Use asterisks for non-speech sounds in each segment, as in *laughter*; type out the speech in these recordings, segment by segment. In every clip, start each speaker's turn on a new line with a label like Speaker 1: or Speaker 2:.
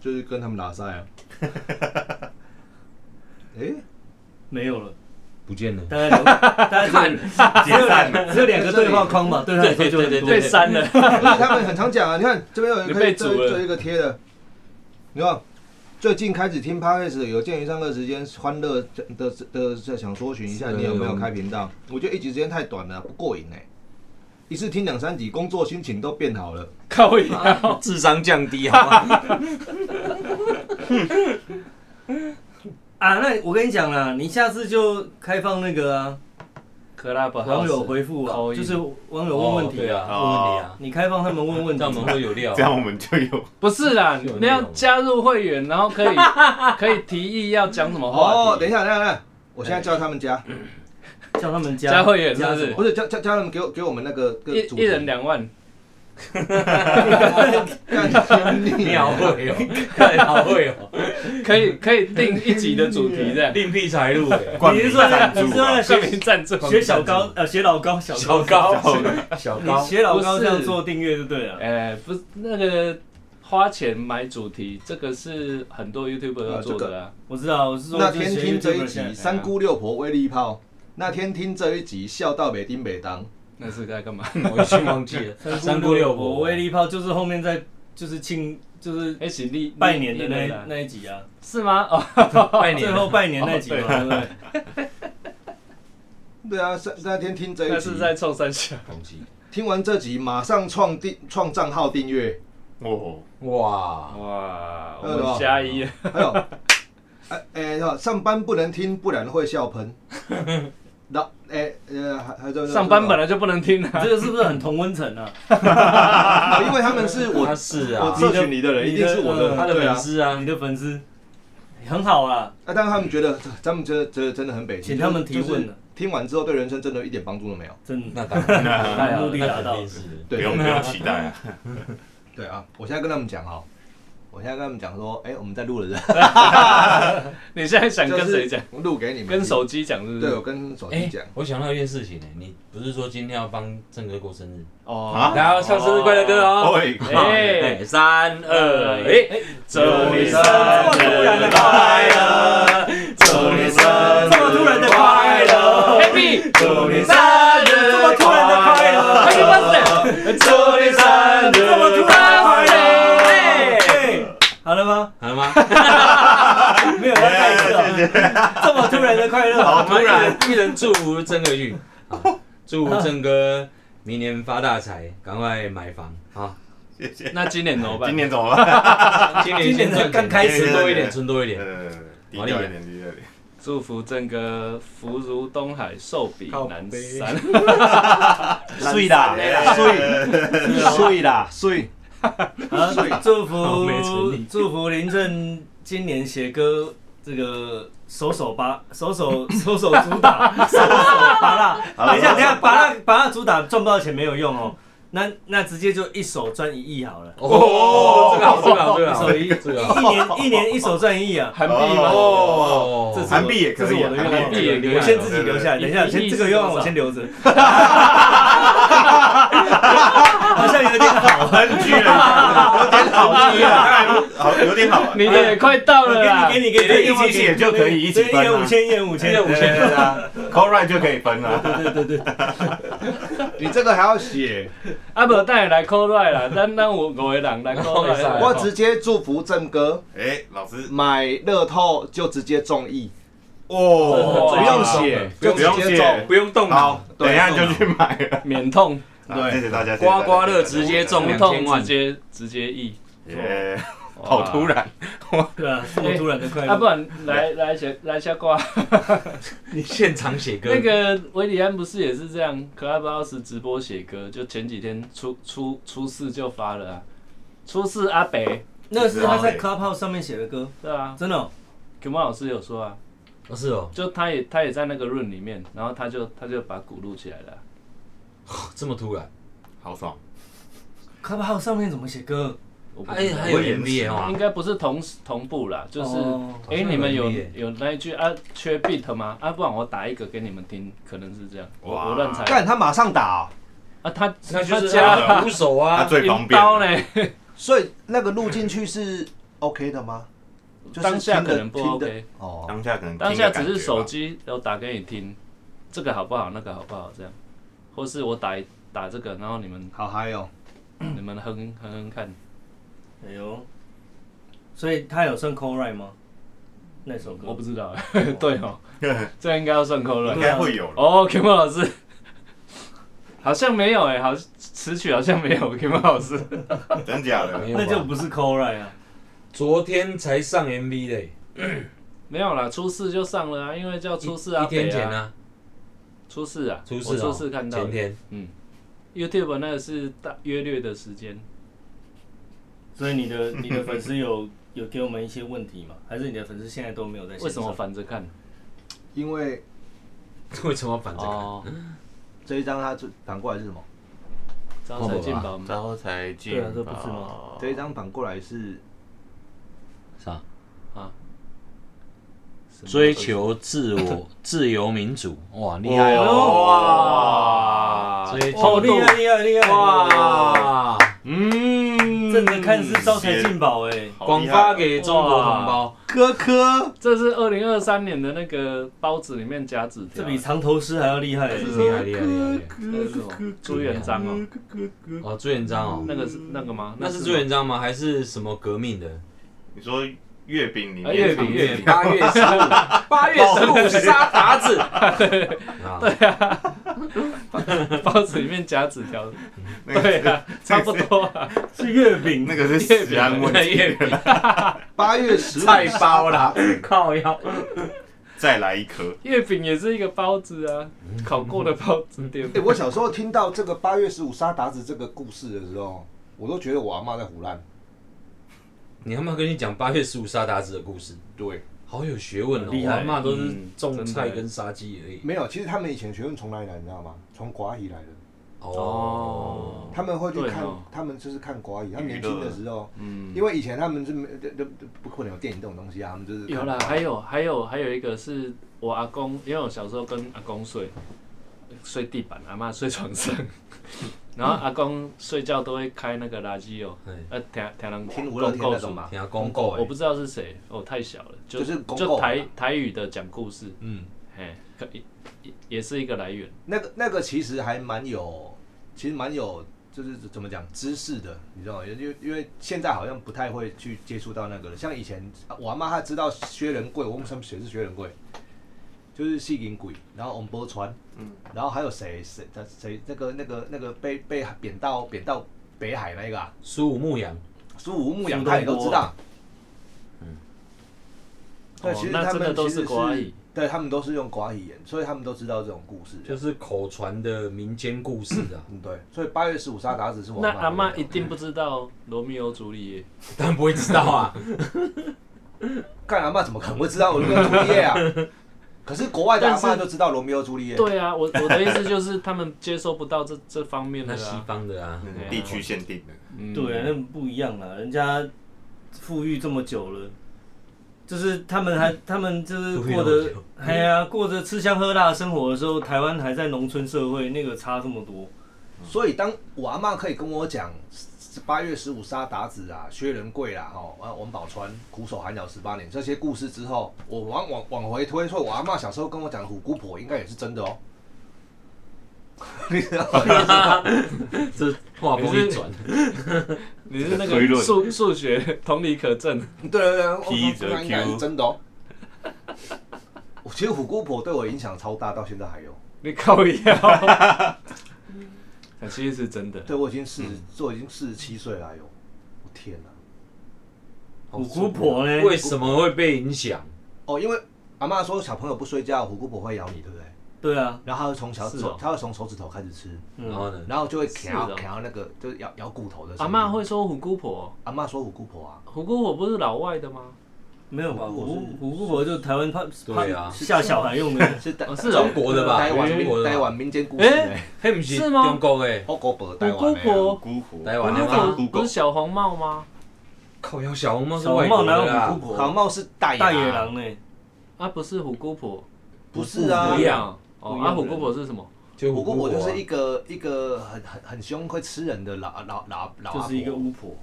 Speaker 1: 就是跟他们打 *laughs* 赛啊。哎、
Speaker 2: 没有了，
Speaker 3: 不见了。
Speaker 2: 大概两大概
Speaker 3: 看
Speaker 2: 只有两只有两个对话框吧，对他来说就很
Speaker 3: 对
Speaker 2: 多
Speaker 3: 对
Speaker 4: 被删了，
Speaker 1: 不是他们很常讲啊，你看这边有一
Speaker 4: 你
Speaker 1: 个
Speaker 4: 被
Speaker 1: 这
Speaker 4: 煮了
Speaker 1: 这一个贴的，你看最近开始听 podcast，有鉴于上课时间欢乐的的的的想搜寻一下，
Speaker 3: 是
Speaker 1: 你有没有开频道？我觉得一集时间太短了，不过瘾哎、一次听两三集，工作心情都变好了。
Speaker 4: 靠
Speaker 3: *laughs*
Speaker 4: 腰。
Speaker 3: 智商降低，好吗？
Speaker 2: 啊。那我跟你讲啦，你下次就开放那个啊，
Speaker 4: 克拉吧，
Speaker 2: 网友回复啊，
Speaker 4: Call in
Speaker 2: 就是网友问问题
Speaker 4: 哦对啊
Speaker 2: 问问题啊，你开放他们问问
Speaker 3: *laughs* 这样我们
Speaker 2: 题，
Speaker 3: 会有料
Speaker 5: 这。样我们就有
Speaker 4: 不是啦，
Speaker 3: 有内容
Speaker 4: 你要加入会员，然后可以可以提议要讲什么话
Speaker 1: 哦，
Speaker 4: 题。
Speaker 1: 等一下，等一下，等一下，我现在叫他们加，
Speaker 2: *laughs* 叫他们加
Speaker 4: 加会员是
Speaker 2: 加
Speaker 4: 不
Speaker 2: 什
Speaker 4: 是
Speaker 2: 么？
Speaker 1: 不是叫叫叫他们给我给我们那个个主
Speaker 4: 一
Speaker 1: 题
Speaker 4: 一人两万，
Speaker 1: 干你啊
Speaker 3: 你好会哦，看你好会哦，
Speaker 4: 可以可以定一集的主题这样，
Speaker 3: 另辟财 *laughs* 路哎。
Speaker 5: 冠
Speaker 2: 你
Speaker 5: 名
Speaker 2: 是说
Speaker 5: 赞助
Speaker 2: 你是说
Speaker 3: 啊
Speaker 5: 吧，
Speaker 4: 说明赞助。
Speaker 2: *laughs* 学小高呃学老高小
Speaker 3: 小
Speaker 2: 高，
Speaker 3: 高，小
Speaker 2: 你
Speaker 3: 高，
Speaker 2: 学老高
Speaker 4: 不是
Speaker 2: 这样做订阅就对了。
Speaker 4: 哎，不是那个花钱买主题，这个是很多 YouTuber 要做的啊。
Speaker 2: 我知道，我是说
Speaker 1: 那
Speaker 2: 就是
Speaker 1: 天
Speaker 2: 学
Speaker 1: 听这一
Speaker 2: YouTuber 现
Speaker 1: 集
Speaker 2: 在
Speaker 1: 三姑六婆威力炮，那天听这一集笑到北丁北当，
Speaker 4: 那是在干嘛？
Speaker 3: 我已经忘记
Speaker 2: *laughs*
Speaker 3: 了。
Speaker 2: 三
Speaker 3: 三
Speaker 2: 姑
Speaker 3: 姑
Speaker 2: 六
Speaker 3: 六
Speaker 2: 婆
Speaker 3: 婆，
Speaker 2: 威力炮就是后面在就是庆就是
Speaker 4: 哎，是历
Speaker 2: 拜年的那
Speaker 4: 历
Speaker 2: 一
Speaker 4: 年啊
Speaker 2: 那一集啊，
Speaker 4: 是吗？哦，
Speaker 3: 拜
Speaker 2: 最
Speaker 3: 年
Speaker 2: 后拜年那集嘛，对不对？
Speaker 1: 对啊，三那天听这一
Speaker 4: 那
Speaker 1: 集
Speaker 4: 是，在冲三下。
Speaker 3: 统计，
Speaker 1: 听完这集马上创订创账号订阅，
Speaker 5: 哦，
Speaker 3: 哇，
Speaker 4: 哇，我
Speaker 1: 那个
Speaker 3: 啊
Speaker 4: 们加一，
Speaker 1: 还有，哎哎、上班不能听，不然会笑喷。那哎呃还还有
Speaker 4: 上班本
Speaker 1: 来，
Speaker 4: 来就不能听啊
Speaker 2: 这。个是不是很同温 *laughs* 层啊？
Speaker 1: 哦因为他们是我
Speaker 3: 他是
Speaker 1: 我
Speaker 3: 啊，
Speaker 1: 社群里的人，一定是我
Speaker 2: 你的
Speaker 3: 他
Speaker 1: 的
Speaker 3: 的
Speaker 1: 对
Speaker 3: 粉
Speaker 1: 啊。
Speaker 3: 丝啊
Speaker 2: 你，的粉丝很好啊，
Speaker 1: 啊，但是他们觉得他们觉得觉得真的很北京，
Speaker 2: 请他们提问
Speaker 1: 就是
Speaker 2: 了
Speaker 1: 听完之后对人生真的一点帮助都没有。
Speaker 2: 真的
Speaker 3: 那当然，
Speaker 2: 太好了目的达
Speaker 3: 那肯
Speaker 2: 到
Speaker 3: 定。是的。
Speaker 5: 不
Speaker 1: 对
Speaker 5: 用不用期待啊，
Speaker 1: 对啊，我现在跟他们讲哈，我现在跟他们讲说，哎，我们在录了人，
Speaker 4: 你现在想跟谁讲？？
Speaker 1: 录给你们听，
Speaker 4: 跟手机讲是不
Speaker 1: 对，我
Speaker 4: 是？
Speaker 1: 跟手机
Speaker 3: 哎
Speaker 1: 讲，，
Speaker 3: 我想到一件事情呢，你不是说今天要帮郑哥过生日？
Speaker 4: 哦
Speaker 5: 啊
Speaker 3: 然后唱生日快乐歌哦！
Speaker 5: 喂，
Speaker 4: 哎
Speaker 3: 哎，三二一，哎
Speaker 4: 祝你生
Speaker 2: 日快乐，
Speaker 3: 祝
Speaker 2: 你生日快乐
Speaker 4: ，Happy，
Speaker 3: 祝你
Speaker 2: 生日这么突然的快乐哎
Speaker 4: Happy Birthday，
Speaker 3: 祝你生日
Speaker 2: 这么突然的快乐，哎好了吗？
Speaker 3: 好了吗？
Speaker 2: 没有要再一次啊，这么突然的快乐，
Speaker 3: 我们一人 *laughs* 一人祝福郑哥一句，啊祝郑哥明年发大财，赶快买房啊！
Speaker 5: 谢谢。
Speaker 4: 那今年怎么办？
Speaker 5: 今年怎么办？
Speaker 3: 今年
Speaker 2: 今年
Speaker 3: 先赚钱
Speaker 2: 刚开始
Speaker 3: 存多一点，存多一点。
Speaker 5: 呃，低调一点，低调一点。
Speaker 4: 祝福郑哥福如东海，寿比南山。
Speaker 1: 睡啦，睡，睡啦，睡。
Speaker 2: *laughs* 啊，祝
Speaker 3: 好没诚
Speaker 2: 福 *laughs*
Speaker 3: 意
Speaker 2: 祝福林正今年写歌这个首首 *laughs* 八首首首首主打 *laughs* 首首拔蜡，
Speaker 5: 好了
Speaker 2: 等一下等
Speaker 5: 好了
Speaker 2: 一下拔蜡拔蜡主打赚不到钱没有用哦，那那直接就一首赚一亿好了，
Speaker 3: 哦，这个好，这个好，这个好，
Speaker 2: *laughs* 手一
Speaker 3: 这个好。
Speaker 2: 一年一年一首赚一亿啊，
Speaker 4: 韩币吗？
Speaker 5: 哦，
Speaker 2: 这是我
Speaker 5: 韩币也可
Speaker 2: 这
Speaker 5: 以啊
Speaker 2: 是我的愿望，
Speaker 4: 韩币也可以
Speaker 2: 我
Speaker 4: 啊
Speaker 2: 先自己留下来，等一
Speaker 4: 对对对
Speaker 2: 下
Speaker 4: 一
Speaker 2: 先
Speaker 4: 亿
Speaker 2: 这
Speaker 4: 是
Speaker 2: 个愿望
Speaker 4: 多
Speaker 2: 我
Speaker 4: 少
Speaker 2: 先留着， *laughs* 好像有点好。
Speaker 5: 很巨人，有点好巨啊，好有点好。
Speaker 4: 你的也快到
Speaker 2: 我
Speaker 4: 了
Speaker 2: 给
Speaker 4: 啦
Speaker 2: 你，给你给你，
Speaker 5: 一起写就可以一起
Speaker 2: 啊一
Speaker 5: 分
Speaker 2: 人
Speaker 5: 啊
Speaker 2: 五千，一人五千，
Speaker 3: 一人五千
Speaker 2: 对对对
Speaker 5: 啊 c o r i 就可以分了。
Speaker 2: 对对对对，
Speaker 1: 你这个还要写，
Speaker 4: 啊不，带你来 call right 啦，咱咱五五个人来 call
Speaker 3: 可以啊
Speaker 2: *laughs*
Speaker 4: right。
Speaker 1: 我直接祝福郑哥
Speaker 5: 哎，老师，
Speaker 1: 买乐透就直接中亿，
Speaker 5: 哦，
Speaker 1: 不用写，就
Speaker 5: 不用
Speaker 1: 直接中
Speaker 5: 写。
Speaker 3: 不用动
Speaker 5: 好
Speaker 3: 脑，，
Speaker 5: 等一下就去买了。
Speaker 4: 免痛，
Speaker 5: 啊谢谢大家，谢谢大
Speaker 3: 刮
Speaker 5: 家
Speaker 3: 刮乐直接中
Speaker 4: 无
Speaker 3: 两
Speaker 4: 痛
Speaker 3: 千
Speaker 4: 直
Speaker 3: 万，
Speaker 4: 接直接溢。
Speaker 5: 耶，
Speaker 4: 哇
Speaker 5: 好突！然，
Speaker 2: 对啊，这么突然的快
Speaker 4: 啊，不
Speaker 2: 乐，
Speaker 4: 然来来下来下挂。
Speaker 3: 现场写歌。
Speaker 4: 那个维里安不是也是这样，Clubhouse 直播写歌，就前几天初初初四就发了啊，初四阿北，
Speaker 2: 那是他在 Clubhouse 上面写的歌，
Speaker 4: 对啊
Speaker 2: 真的哦，
Speaker 4: ，Q 猫老师有说啊，
Speaker 3: 哦是哦，
Speaker 4: 就他也他也在那个润里面，然后他就他就把鼓录起来了啊，
Speaker 3: 这么突然，
Speaker 5: 好爽。
Speaker 2: Clubhouse 上面怎么写歌？
Speaker 4: 我不
Speaker 3: 哎，
Speaker 4: 知道
Speaker 3: 还
Speaker 5: 我
Speaker 3: 有
Speaker 5: 也不
Speaker 3: MV
Speaker 5: 是
Speaker 3: 哦
Speaker 4: 应，该不是同时同步啦，就是
Speaker 2: 哦
Speaker 4: 哎、
Speaker 3: 好像
Speaker 4: 你们
Speaker 3: 有
Speaker 4: 有
Speaker 3: 力耶
Speaker 4: 有那一句啊，缺 beat 吗？啊，不然我打一个给你们听，可能是这样，我
Speaker 5: 哇
Speaker 4: 我乱猜
Speaker 1: 干他马上打哦，
Speaker 4: 啊，他
Speaker 3: 那就是
Speaker 4: 加
Speaker 3: 他的鼓手
Speaker 5: 他
Speaker 3: 啊，
Speaker 5: 最方
Speaker 4: 银
Speaker 5: 便
Speaker 4: 刀
Speaker 5: 了，
Speaker 4: 呢，
Speaker 1: 所以那个录进去是 OK 的吗？就是
Speaker 4: 当下
Speaker 1: 听得
Speaker 4: 可能不
Speaker 1: 听得
Speaker 4: OK
Speaker 1: 哦，
Speaker 5: 当下可能
Speaker 4: 当
Speaker 5: 听
Speaker 4: 下
Speaker 5: 个
Speaker 4: 只
Speaker 5: 感觉
Speaker 4: 是手
Speaker 5: 吧
Speaker 4: 机有打给你听，这个好不好，那个好不好，这样，或是我打一打这个，然后
Speaker 3: *clears throat*
Speaker 4: 你们
Speaker 1: 好嗨哦！
Speaker 4: 你们哼哼哼看，
Speaker 2: 哎呦，所以他有算 co write 吗？那首歌
Speaker 4: 我不知 *laughs* 道，对哦， *laughs* 这应该要算扣了
Speaker 5: 应。该会有了。
Speaker 4: 哦 k i m o 老师，好像没有哎、好词曲好像没有 k i m o 老师。 *laughs*
Speaker 5: 真假的？
Speaker 3: 没有
Speaker 2: 那就
Speaker 3: 吧？
Speaker 2: 不是 co write 啊。
Speaker 3: 昨天才上 MV 嘞，
Speaker 4: 没有啦，初四就上了啊，因为叫初四
Speaker 3: 一
Speaker 4: 啊，
Speaker 3: 一天前
Speaker 4: 北啊，
Speaker 3: 啊，
Speaker 4: 初四啊，
Speaker 3: 初
Speaker 4: 我
Speaker 3: 四
Speaker 4: 初
Speaker 3: 哦
Speaker 4: 四看到的
Speaker 3: 前天， *laughs*
Speaker 4: YouTube 那个是大约略的时间，
Speaker 2: 所以你的你的粉丝有有给我们一些问题吗？还是你的粉丝现在都没有在线上？
Speaker 4: 为什么反着看？
Speaker 1: 因为
Speaker 3: 为什么反着看？嗯
Speaker 4: 哦，
Speaker 1: 这一张它就反过来是什么？
Speaker 4: 招财进宝
Speaker 5: 然后才进
Speaker 2: 对啊这不是吗
Speaker 1: 这一张反过来是
Speaker 3: 啥？
Speaker 4: 什么
Speaker 3: 追求自 *laughs* 我、自由民主，哇，厉害哦！
Speaker 5: 哇！
Speaker 3: 追
Speaker 2: 哦，
Speaker 3: 求
Speaker 2: 厉害厉害厉害！哇，
Speaker 3: 哇！
Speaker 1: 嗯
Speaker 2: 正着看是招财进宝哎，
Speaker 3: 广发给中国同胞，
Speaker 1: 科科，
Speaker 4: 这是二零二三年的那个包子里面夹纸
Speaker 2: 这，
Speaker 4: 条
Speaker 2: 比藏头诗还要厉害欸。
Speaker 3: 厉害厉害厉害厉
Speaker 4: 那是什么？朱元璋哦，
Speaker 3: 害！哦，朱元璋哦，
Speaker 4: 那个是那个吗？
Speaker 3: 那是
Speaker 4: 吗
Speaker 3: 朱元璋吗？还是什么革命的？
Speaker 5: 你说月饼里
Speaker 4: 啊
Speaker 5: 面
Speaker 4: 月
Speaker 5: 藏
Speaker 4: 饼
Speaker 5: 着
Speaker 4: 月饼
Speaker 3: 八月十五， *laughs* 八月十五杀鞑 *laughs* 子。啊
Speaker 4: 包子里面夹纸条，
Speaker 5: 那个
Speaker 4: 对啊，差不多啊，
Speaker 2: 是月饼，
Speaker 5: 那个是食安问题，
Speaker 4: *laughs* 月饼，
Speaker 1: 八月十
Speaker 5: *laughs*
Speaker 1: 五
Speaker 3: 菜包啦，靠腰。
Speaker 5: 再来一颗。
Speaker 4: 月饼也是一个包子啊，烤过的包子
Speaker 1: *laughs*
Speaker 4: 店
Speaker 1: 哎、。我小时候听到这个八月十五杀鞑子这个故事的时候，我都觉得我阿妈在胡乱。
Speaker 3: 你他妈跟你讲八月十五杀鞑子的故事，
Speaker 1: 对，
Speaker 3: 好有学问哦！
Speaker 2: 厉
Speaker 3: 我
Speaker 2: 害
Speaker 3: 阿妈都是
Speaker 4: 嗯
Speaker 3: 种菜
Speaker 4: 真的
Speaker 3: 跟杀鸡而已。
Speaker 1: 没有，其实他们以前学问从哪里来，你知道吗？从寡语来的。
Speaker 3: 哦，
Speaker 1: 他们会去
Speaker 4: 对
Speaker 1: 看
Speaker 4: 哦，
Speaker 1: 他们就是看寡语。他们
Speaker 5: 娱乐
Speaker 1: 年轻的时候，
Speaker 4: 嗯，
Speaker 1: 因为以前他们是没都都都不可能有电影这种东西啊，他们就是看
Speaker 4: 有啦，还有还有还有一个是我阿公，因为我小时候跟阿公睡，睡地板，阿妈睡床上，然后阿公睡觉都会开那个垃圾哦，
Speaker 3: 哎
Speaker 4: 呃，听听人
Speaker 1: 听吴乐天那种嘛，
Speaker 3: 听公告
Speaker 4: 我
Speaker 3: 哎，
Speaker 4: 不知道是谁，哦，太小了，就
Speaker 1: 就是公
Speaker 4: 就
Speaker 1: 告
Speaker 4: 台
Speaker 1: 啦
Speaker 4: 台语的讲故事，
Speaker 3: 嗯，
Speaker 4: 嘿，可也也也是一个来源，
Speaker 1: 那个那个其实还蛮有，其实蛮有，就是怎么讲知识的，你知道吗？因为因为现在好像不太会去接触到那个了。像以前啊我阿妈她知道薛仁贵，我问他们谁是薛仁贵，就是戏银鬼，然后王波川，嗯，然后还有谁谁他谁那个那个那个被被贬到贬到北海那个、啊、
Speaker 3: 苏武牧羊，
Speaker 1: 苏武牧羊，
Speaker 2: 苏东
Speaker 1: 他也都
Speaker 2: 坡
Speaker 1: 知道。对，
Speaker 4: 啊哦
Speaker 1: 其实
Speaker 4: 那
Speaker 1: 他
Speaker 4: 真的
Speaker 1: 们
Speaker 4: 都
Speaker 1: 其
Speaker 4: 是
Speaker 1: 实
Speaker 4: 国
Speaker 1: 是
Speaker 4: 语，
Speaker 1: 对他们都是用寡语言，所以他们都知道这种故事。
Speaker 3: 就是口传的民间故事啊，
Speaker 1: 嗯，对，所以八月十五杀鞑子是我
Speaker 4: 那
Speaker 1: 嬷
Speaker 4: 阿妈
Speaker 1: 的
Speaker 4: 一定不知道罗密欧朱
Speaker 1: *laughs*
Speaker 4: 丽叶，
Speaker 3: 当然不会知道 *laughs* 啊。
Speaker 1: 干阿妈怎么可能会知道罗密欧朱丽叶
Speaker 4: *laughs*
Speaker 1: 啊？可是国外的阿妈都知道罗密欧朱丽叶。
Speaker 4: 对啊，我我的意思就是他们接收不到这这方面的
Speaker 3: 那西
Speaker 4: 啊，
Speaker 3: 方的啊，
Speaker 5: 嗯地区限定的，
Speaker 4: 嗯
Speaker 2: 对啊，那不一样啊，人家富裕这么久了，就是他们还他们就是
Speaker 3: 富裕
Speaker 2: 过
Speaker 3: 那么
Speaker 2: 得
Speaker 3: 久，
Speaker 2: 哎呀，过着吃香喝辣的生活的时候，台湾还在农村社会，那个差这么多。
Speaker 1: 所以当我阿妈可以跟我讲八月十五杀鞑子啊、薛仁贵啦、哦、啊王宝钏苦守寒窑十八年这些故事之后，我往往往回推，说我阿妈小时候跟我讲的虎姑婆应该也是真的哦。 *laughs* 你知道吗？
Speaker 3: *laughs* 这话锋一转，
Speaker 4: 你是那
Speaker 5: 推
Speaker 4: 个
Speaker 5: 论
Speaker 4: 数数学同理可证，
Speaker 1: 对对对，我
Speaker 5: 披着
Speaker 1: 我应该
Speaker 5: Q
Speaker 1: 是真
Speaker 5: *laughs*
Speaker 1: 的哦。我其实虎姑婆对我影响超大，到现在还有。
Speaker 4: 你靠 *laughs* 腰。其实是真的，
Speaker 1: 对，我已经四十，
Speaker 5: 嗯
Speaker 1: 我已经四十七岁了，有，我天哪！
Speaker 2: 虎姑婆呢？
Speaker 3: 为什么会被影响？
Speaker 1: 哦，因为阿妈说小朋友不睡觉，虎姑婆会咬你，对不对？
Speaker 2: 对啊，
Speaker 1: 然后她会从小
Speaker 4: 是
Speaker 1: 手，
Speaker 4: 哦
Speaker 1: 她会从手指头开始吃，
Speaker 2: 嗯
Speaker 3: 然后呢？
Speaker 1: 然后就会
Speaker 4: 是
Speaker 1: 啃
Speaker 4: 哦
Speaker 1: 啃到那个就是咬咬骨头的声
Speaker 4: 阿
Speaker 1: 音。
Speaker 4: 嬷会说虎姑婆，
Speaker 1: 阿妈说虎姑婆啊，
Speaker 4: 虎姑婆不是老外的吗？
Speaker 2: 没有吧？
Speaker 1: 虎姑婆
Speaker 2: 虎姑
Speaker 1: 是，
Speaker 2: 虎姑婆就台湾怕
Speaker 3: 对啊
Speaker 2: 怕吓小孩用的
Speaker 1: 是台
Speaker 4: 哦是哦
Speaker 1: 台
Speaker 3: 中国的吧
Speaker 1: 台湾
Speaker 3: 中国
Speaker 1: 民
Speaker 3: 的吧
Speaker 1: 台湾民间故事
Speaker 4: 诶
Speaker 1: 呢，
Speaker 3: 嘿，不是
Speaker 4: 是吗
Speaker 3: 中国的，
Speaker 1: 哎虎姑婆
Speaker 4: 虎
Speaker 1: 台湾
Speaker 4: 姑
Speaker 1: 的啊。
Speaker 4: 婆，
Speaker 5: 姑婆
Speaker 3: 台
Speaker 4: 虎
Speaker 3: 湾的吗？
Speaker 4: 姑婆啊不是小红帽吗？
Speaker 3: 靠腰小红帽是
Speaker 2: 小红
Speaker 3: 外国
Speaker 2: 帽哪
Speaker 3: 的啊
Speaker 2: 有虎
Speaker 3: 啦
Speaker 2: 姑，
Speaker 1: 好
Speaker 2: 婆？
Speaker 1: 貌是大
Speaker 2: 大野
Speaker 1: 野
Speaker 2: 狼，呢？
Speaker 4: 啊，不是虎姑婆，
Speaker 1: 不是啊
Speaker 4: 不一。样哦
Speaker 2: 不。一样
Speaker 4: 啊，虎姑婆是什么？
Speaker 3: 就
Speaker 1: 虎姑婆就是
Speaker 3: 一
Speaker 1: 一个一个很很很凶会吃人的老老老老老阿
Speaker 2: 就是一个
Speaker 1: 婆
Speaker 2: 巫婆，
Speaker 1: 后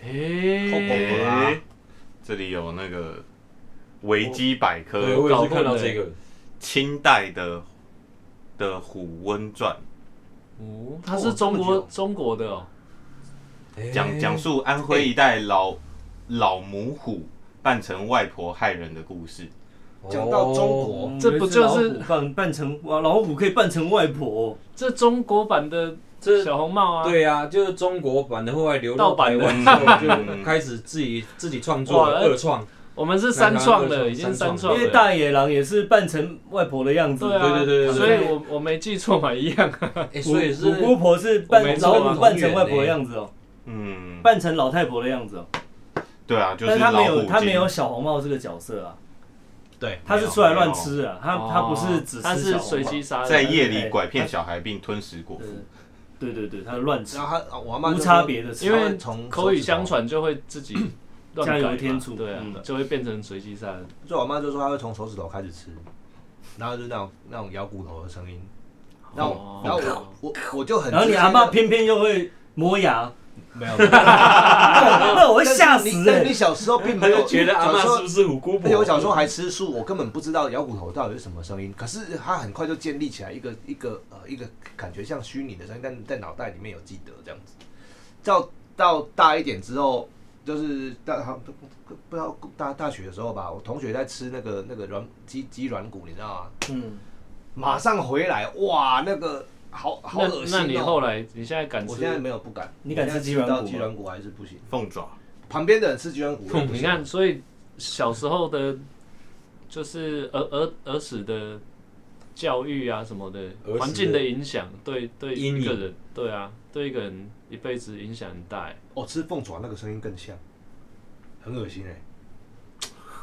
Speaker 1: 婆
Speaker 4: 诶，
Speaker 1: 婆啊，
Speaker 5: 哎这里有那个维基百
Speaker 3: 对，
Speaker 5: 科
Speaker 3: 我也是看到这个，
Speaker 5: 清代的的《虎温传
Speaker 4: 哦，他是
Speaker 1: 哦
Speaker 4: 中
Speaker 1: 这么
Speaker 4: 国
Speaker 1: 久
Speaker 4: 中国的哦，
Speaker 3: 哎》，
Speaker 5: 讲讲述安徽一带老老母虎扮成外婆害人的故事。
Speaker 1: 讲到中国
Speaker 2: 哦
Speaker 4: 这不就是
Speaker 2: 老虎扮扮成哇？老虎可以扮成外婆、
Speaker 4: 这中国版的
Speaker 3: 这
Speaker 4: 小红帽啊，
Speaker 3: 哦对呀、就是中国版的，后来流
Speaker 4: 盗
Speaker 3: 到台
Speaker 4: 版的
Speaker 3: 湾之后，就开始自己自己创作
Speaker 4: 哇
Speaker 3: 二创，
Speaker 4: 我们是三创
Speaker 3: 那个
Speaker 4: 的，已经
Speaker 3: 三
Speaker 4: 三
Speaker 3: 创
Speaker 4: 创
Speaker 2: 因为
Speaker 4: 了。
Speaker 2: 大野狼也是扮成外婆的样子。
Speaker 4: 啊对啊，
Speaker 3: 对对对对
Speaker 4: 所以我我没记错嘛，一样。
Speaker 3: 哎，
Speaker 2: 我
Speaker 3: 所以
Speaker 2: 我
Speaker 3: 是
Speaker 2: 姑婆是
Speaker 4: 我没
Speaker 2: 扮
Speaker 4: 错啊
Speaker 2: 老虎扮成外婆的样子哦，
Speaker 5: 嗯，
Speaker 2: 扮成老太婆的样子哦。
Speaker 5: 对啊，就
Speaker 2: 但
Speaker 5: 是
Speaker 2: 他没
Speaker 5: 老虎
Speaker 2: 有他
Speaker 5: 精
Speaker 2: 没有小红帽这个角色啊，
Speaker 1: 对，
Speaker 2: 他是出来乱吃啊，他他不是只
Speaker 4: 他
Speaker 2: 吃
Speaker 4: 哦是
Speaker 2: 小红
Speaker 4: 随
Speaker 2: 帽
Speaker 4: 机。杀的，
Speaker 5: 在夜里拐骗小孩并吞食果腹。
Speaker 2: 对对对，他乱吃
Speaker 1: 然，后他我阿妈
Speaker 2: 无差别的吃
Speaker 4: 因为
Speaker 1: 从
Speaker 4: 口语相，传就会
Speaker 1: *clears throat*
Speaker 4: 自己乱改嘛
Speaker 2: 加油添醋
Speaker 4: 对啊
Speaker 2: 嗯，
Speaker 4: 就会变成随机杀人。
Speaker 1: 就我妈就说她会从手指头开始吃，然后就那种那种咬骨头的声音，然后
Speaker 4: 哦
Speaker 1: 我然后我我我就很
Speaker 2: 然后你
Speaker 1: 直接
Speaker 2: 阿妈
Speaker 1: 地
Speaker 2: 偏偏又会磨牙，
Speaker 1: 没有，没有
Speaker 2: *laughs* 那我会吓
Speaker 1: 但是
Speaker 2: 死
Speaker 1: 你但是
Speaker 2: 哎
Speaker 1: 你！小时候并
Speaker 3: 他
Speaker 1: 没有
Speaker 3: 就觉得阿
Speaker 1: 小时
Speaker 3: 妈
Speaker 1: 候
Speaker 3: 是不是虎姑
Speaker 1: 而且哎我
Speaker 3: 婆？
Speaker 1: 小时候还吃素，我根本不知道咬骨头到底是什么声音。可是它很快就建立起来一个一个呃一个感觉像虚拟的声音，但在脑袋里面有记得这样子。到到大一点之后，就是大好不不不知道大大学的时候吧，我同学在吃那个那个软鸡鸡软骨，你知道吗？
Speaker 2: 嗯，
Speaker 1: 马上回来，哇，那个好好
Speaker 4: 那
Speaker 1: 恶心、哦
Speaker 4: 那你后来，你现在敢
Speaker 1: 我
Speaker 4: 吃
Speaker 1: 现？在没有不敢，
Speaker 2: 你敢吃鸡
Speaker 1: 我现在
Speaker 2: 软骨吗
Speaker 1: 到鸡软骨还是不行。
Speaker 5: 凤爪，
Speaker 1: 旁边的人吃鸡软骨，我也不
Speaker 4: 你
Speaker 1: 行
Speaker 4: 看，所以小时候的，就是儿儿儿时的教育啊什么的
Speaker 3: 儿时，的
Speaker 4: 环境的影响，对对
Speaker 3: 阴影
Speaker 4: 一个人，对啊，对一个人一辈子影响很大欸。
Speaker 1: 哦，吃凤爪那个声音更像，很恶心哎、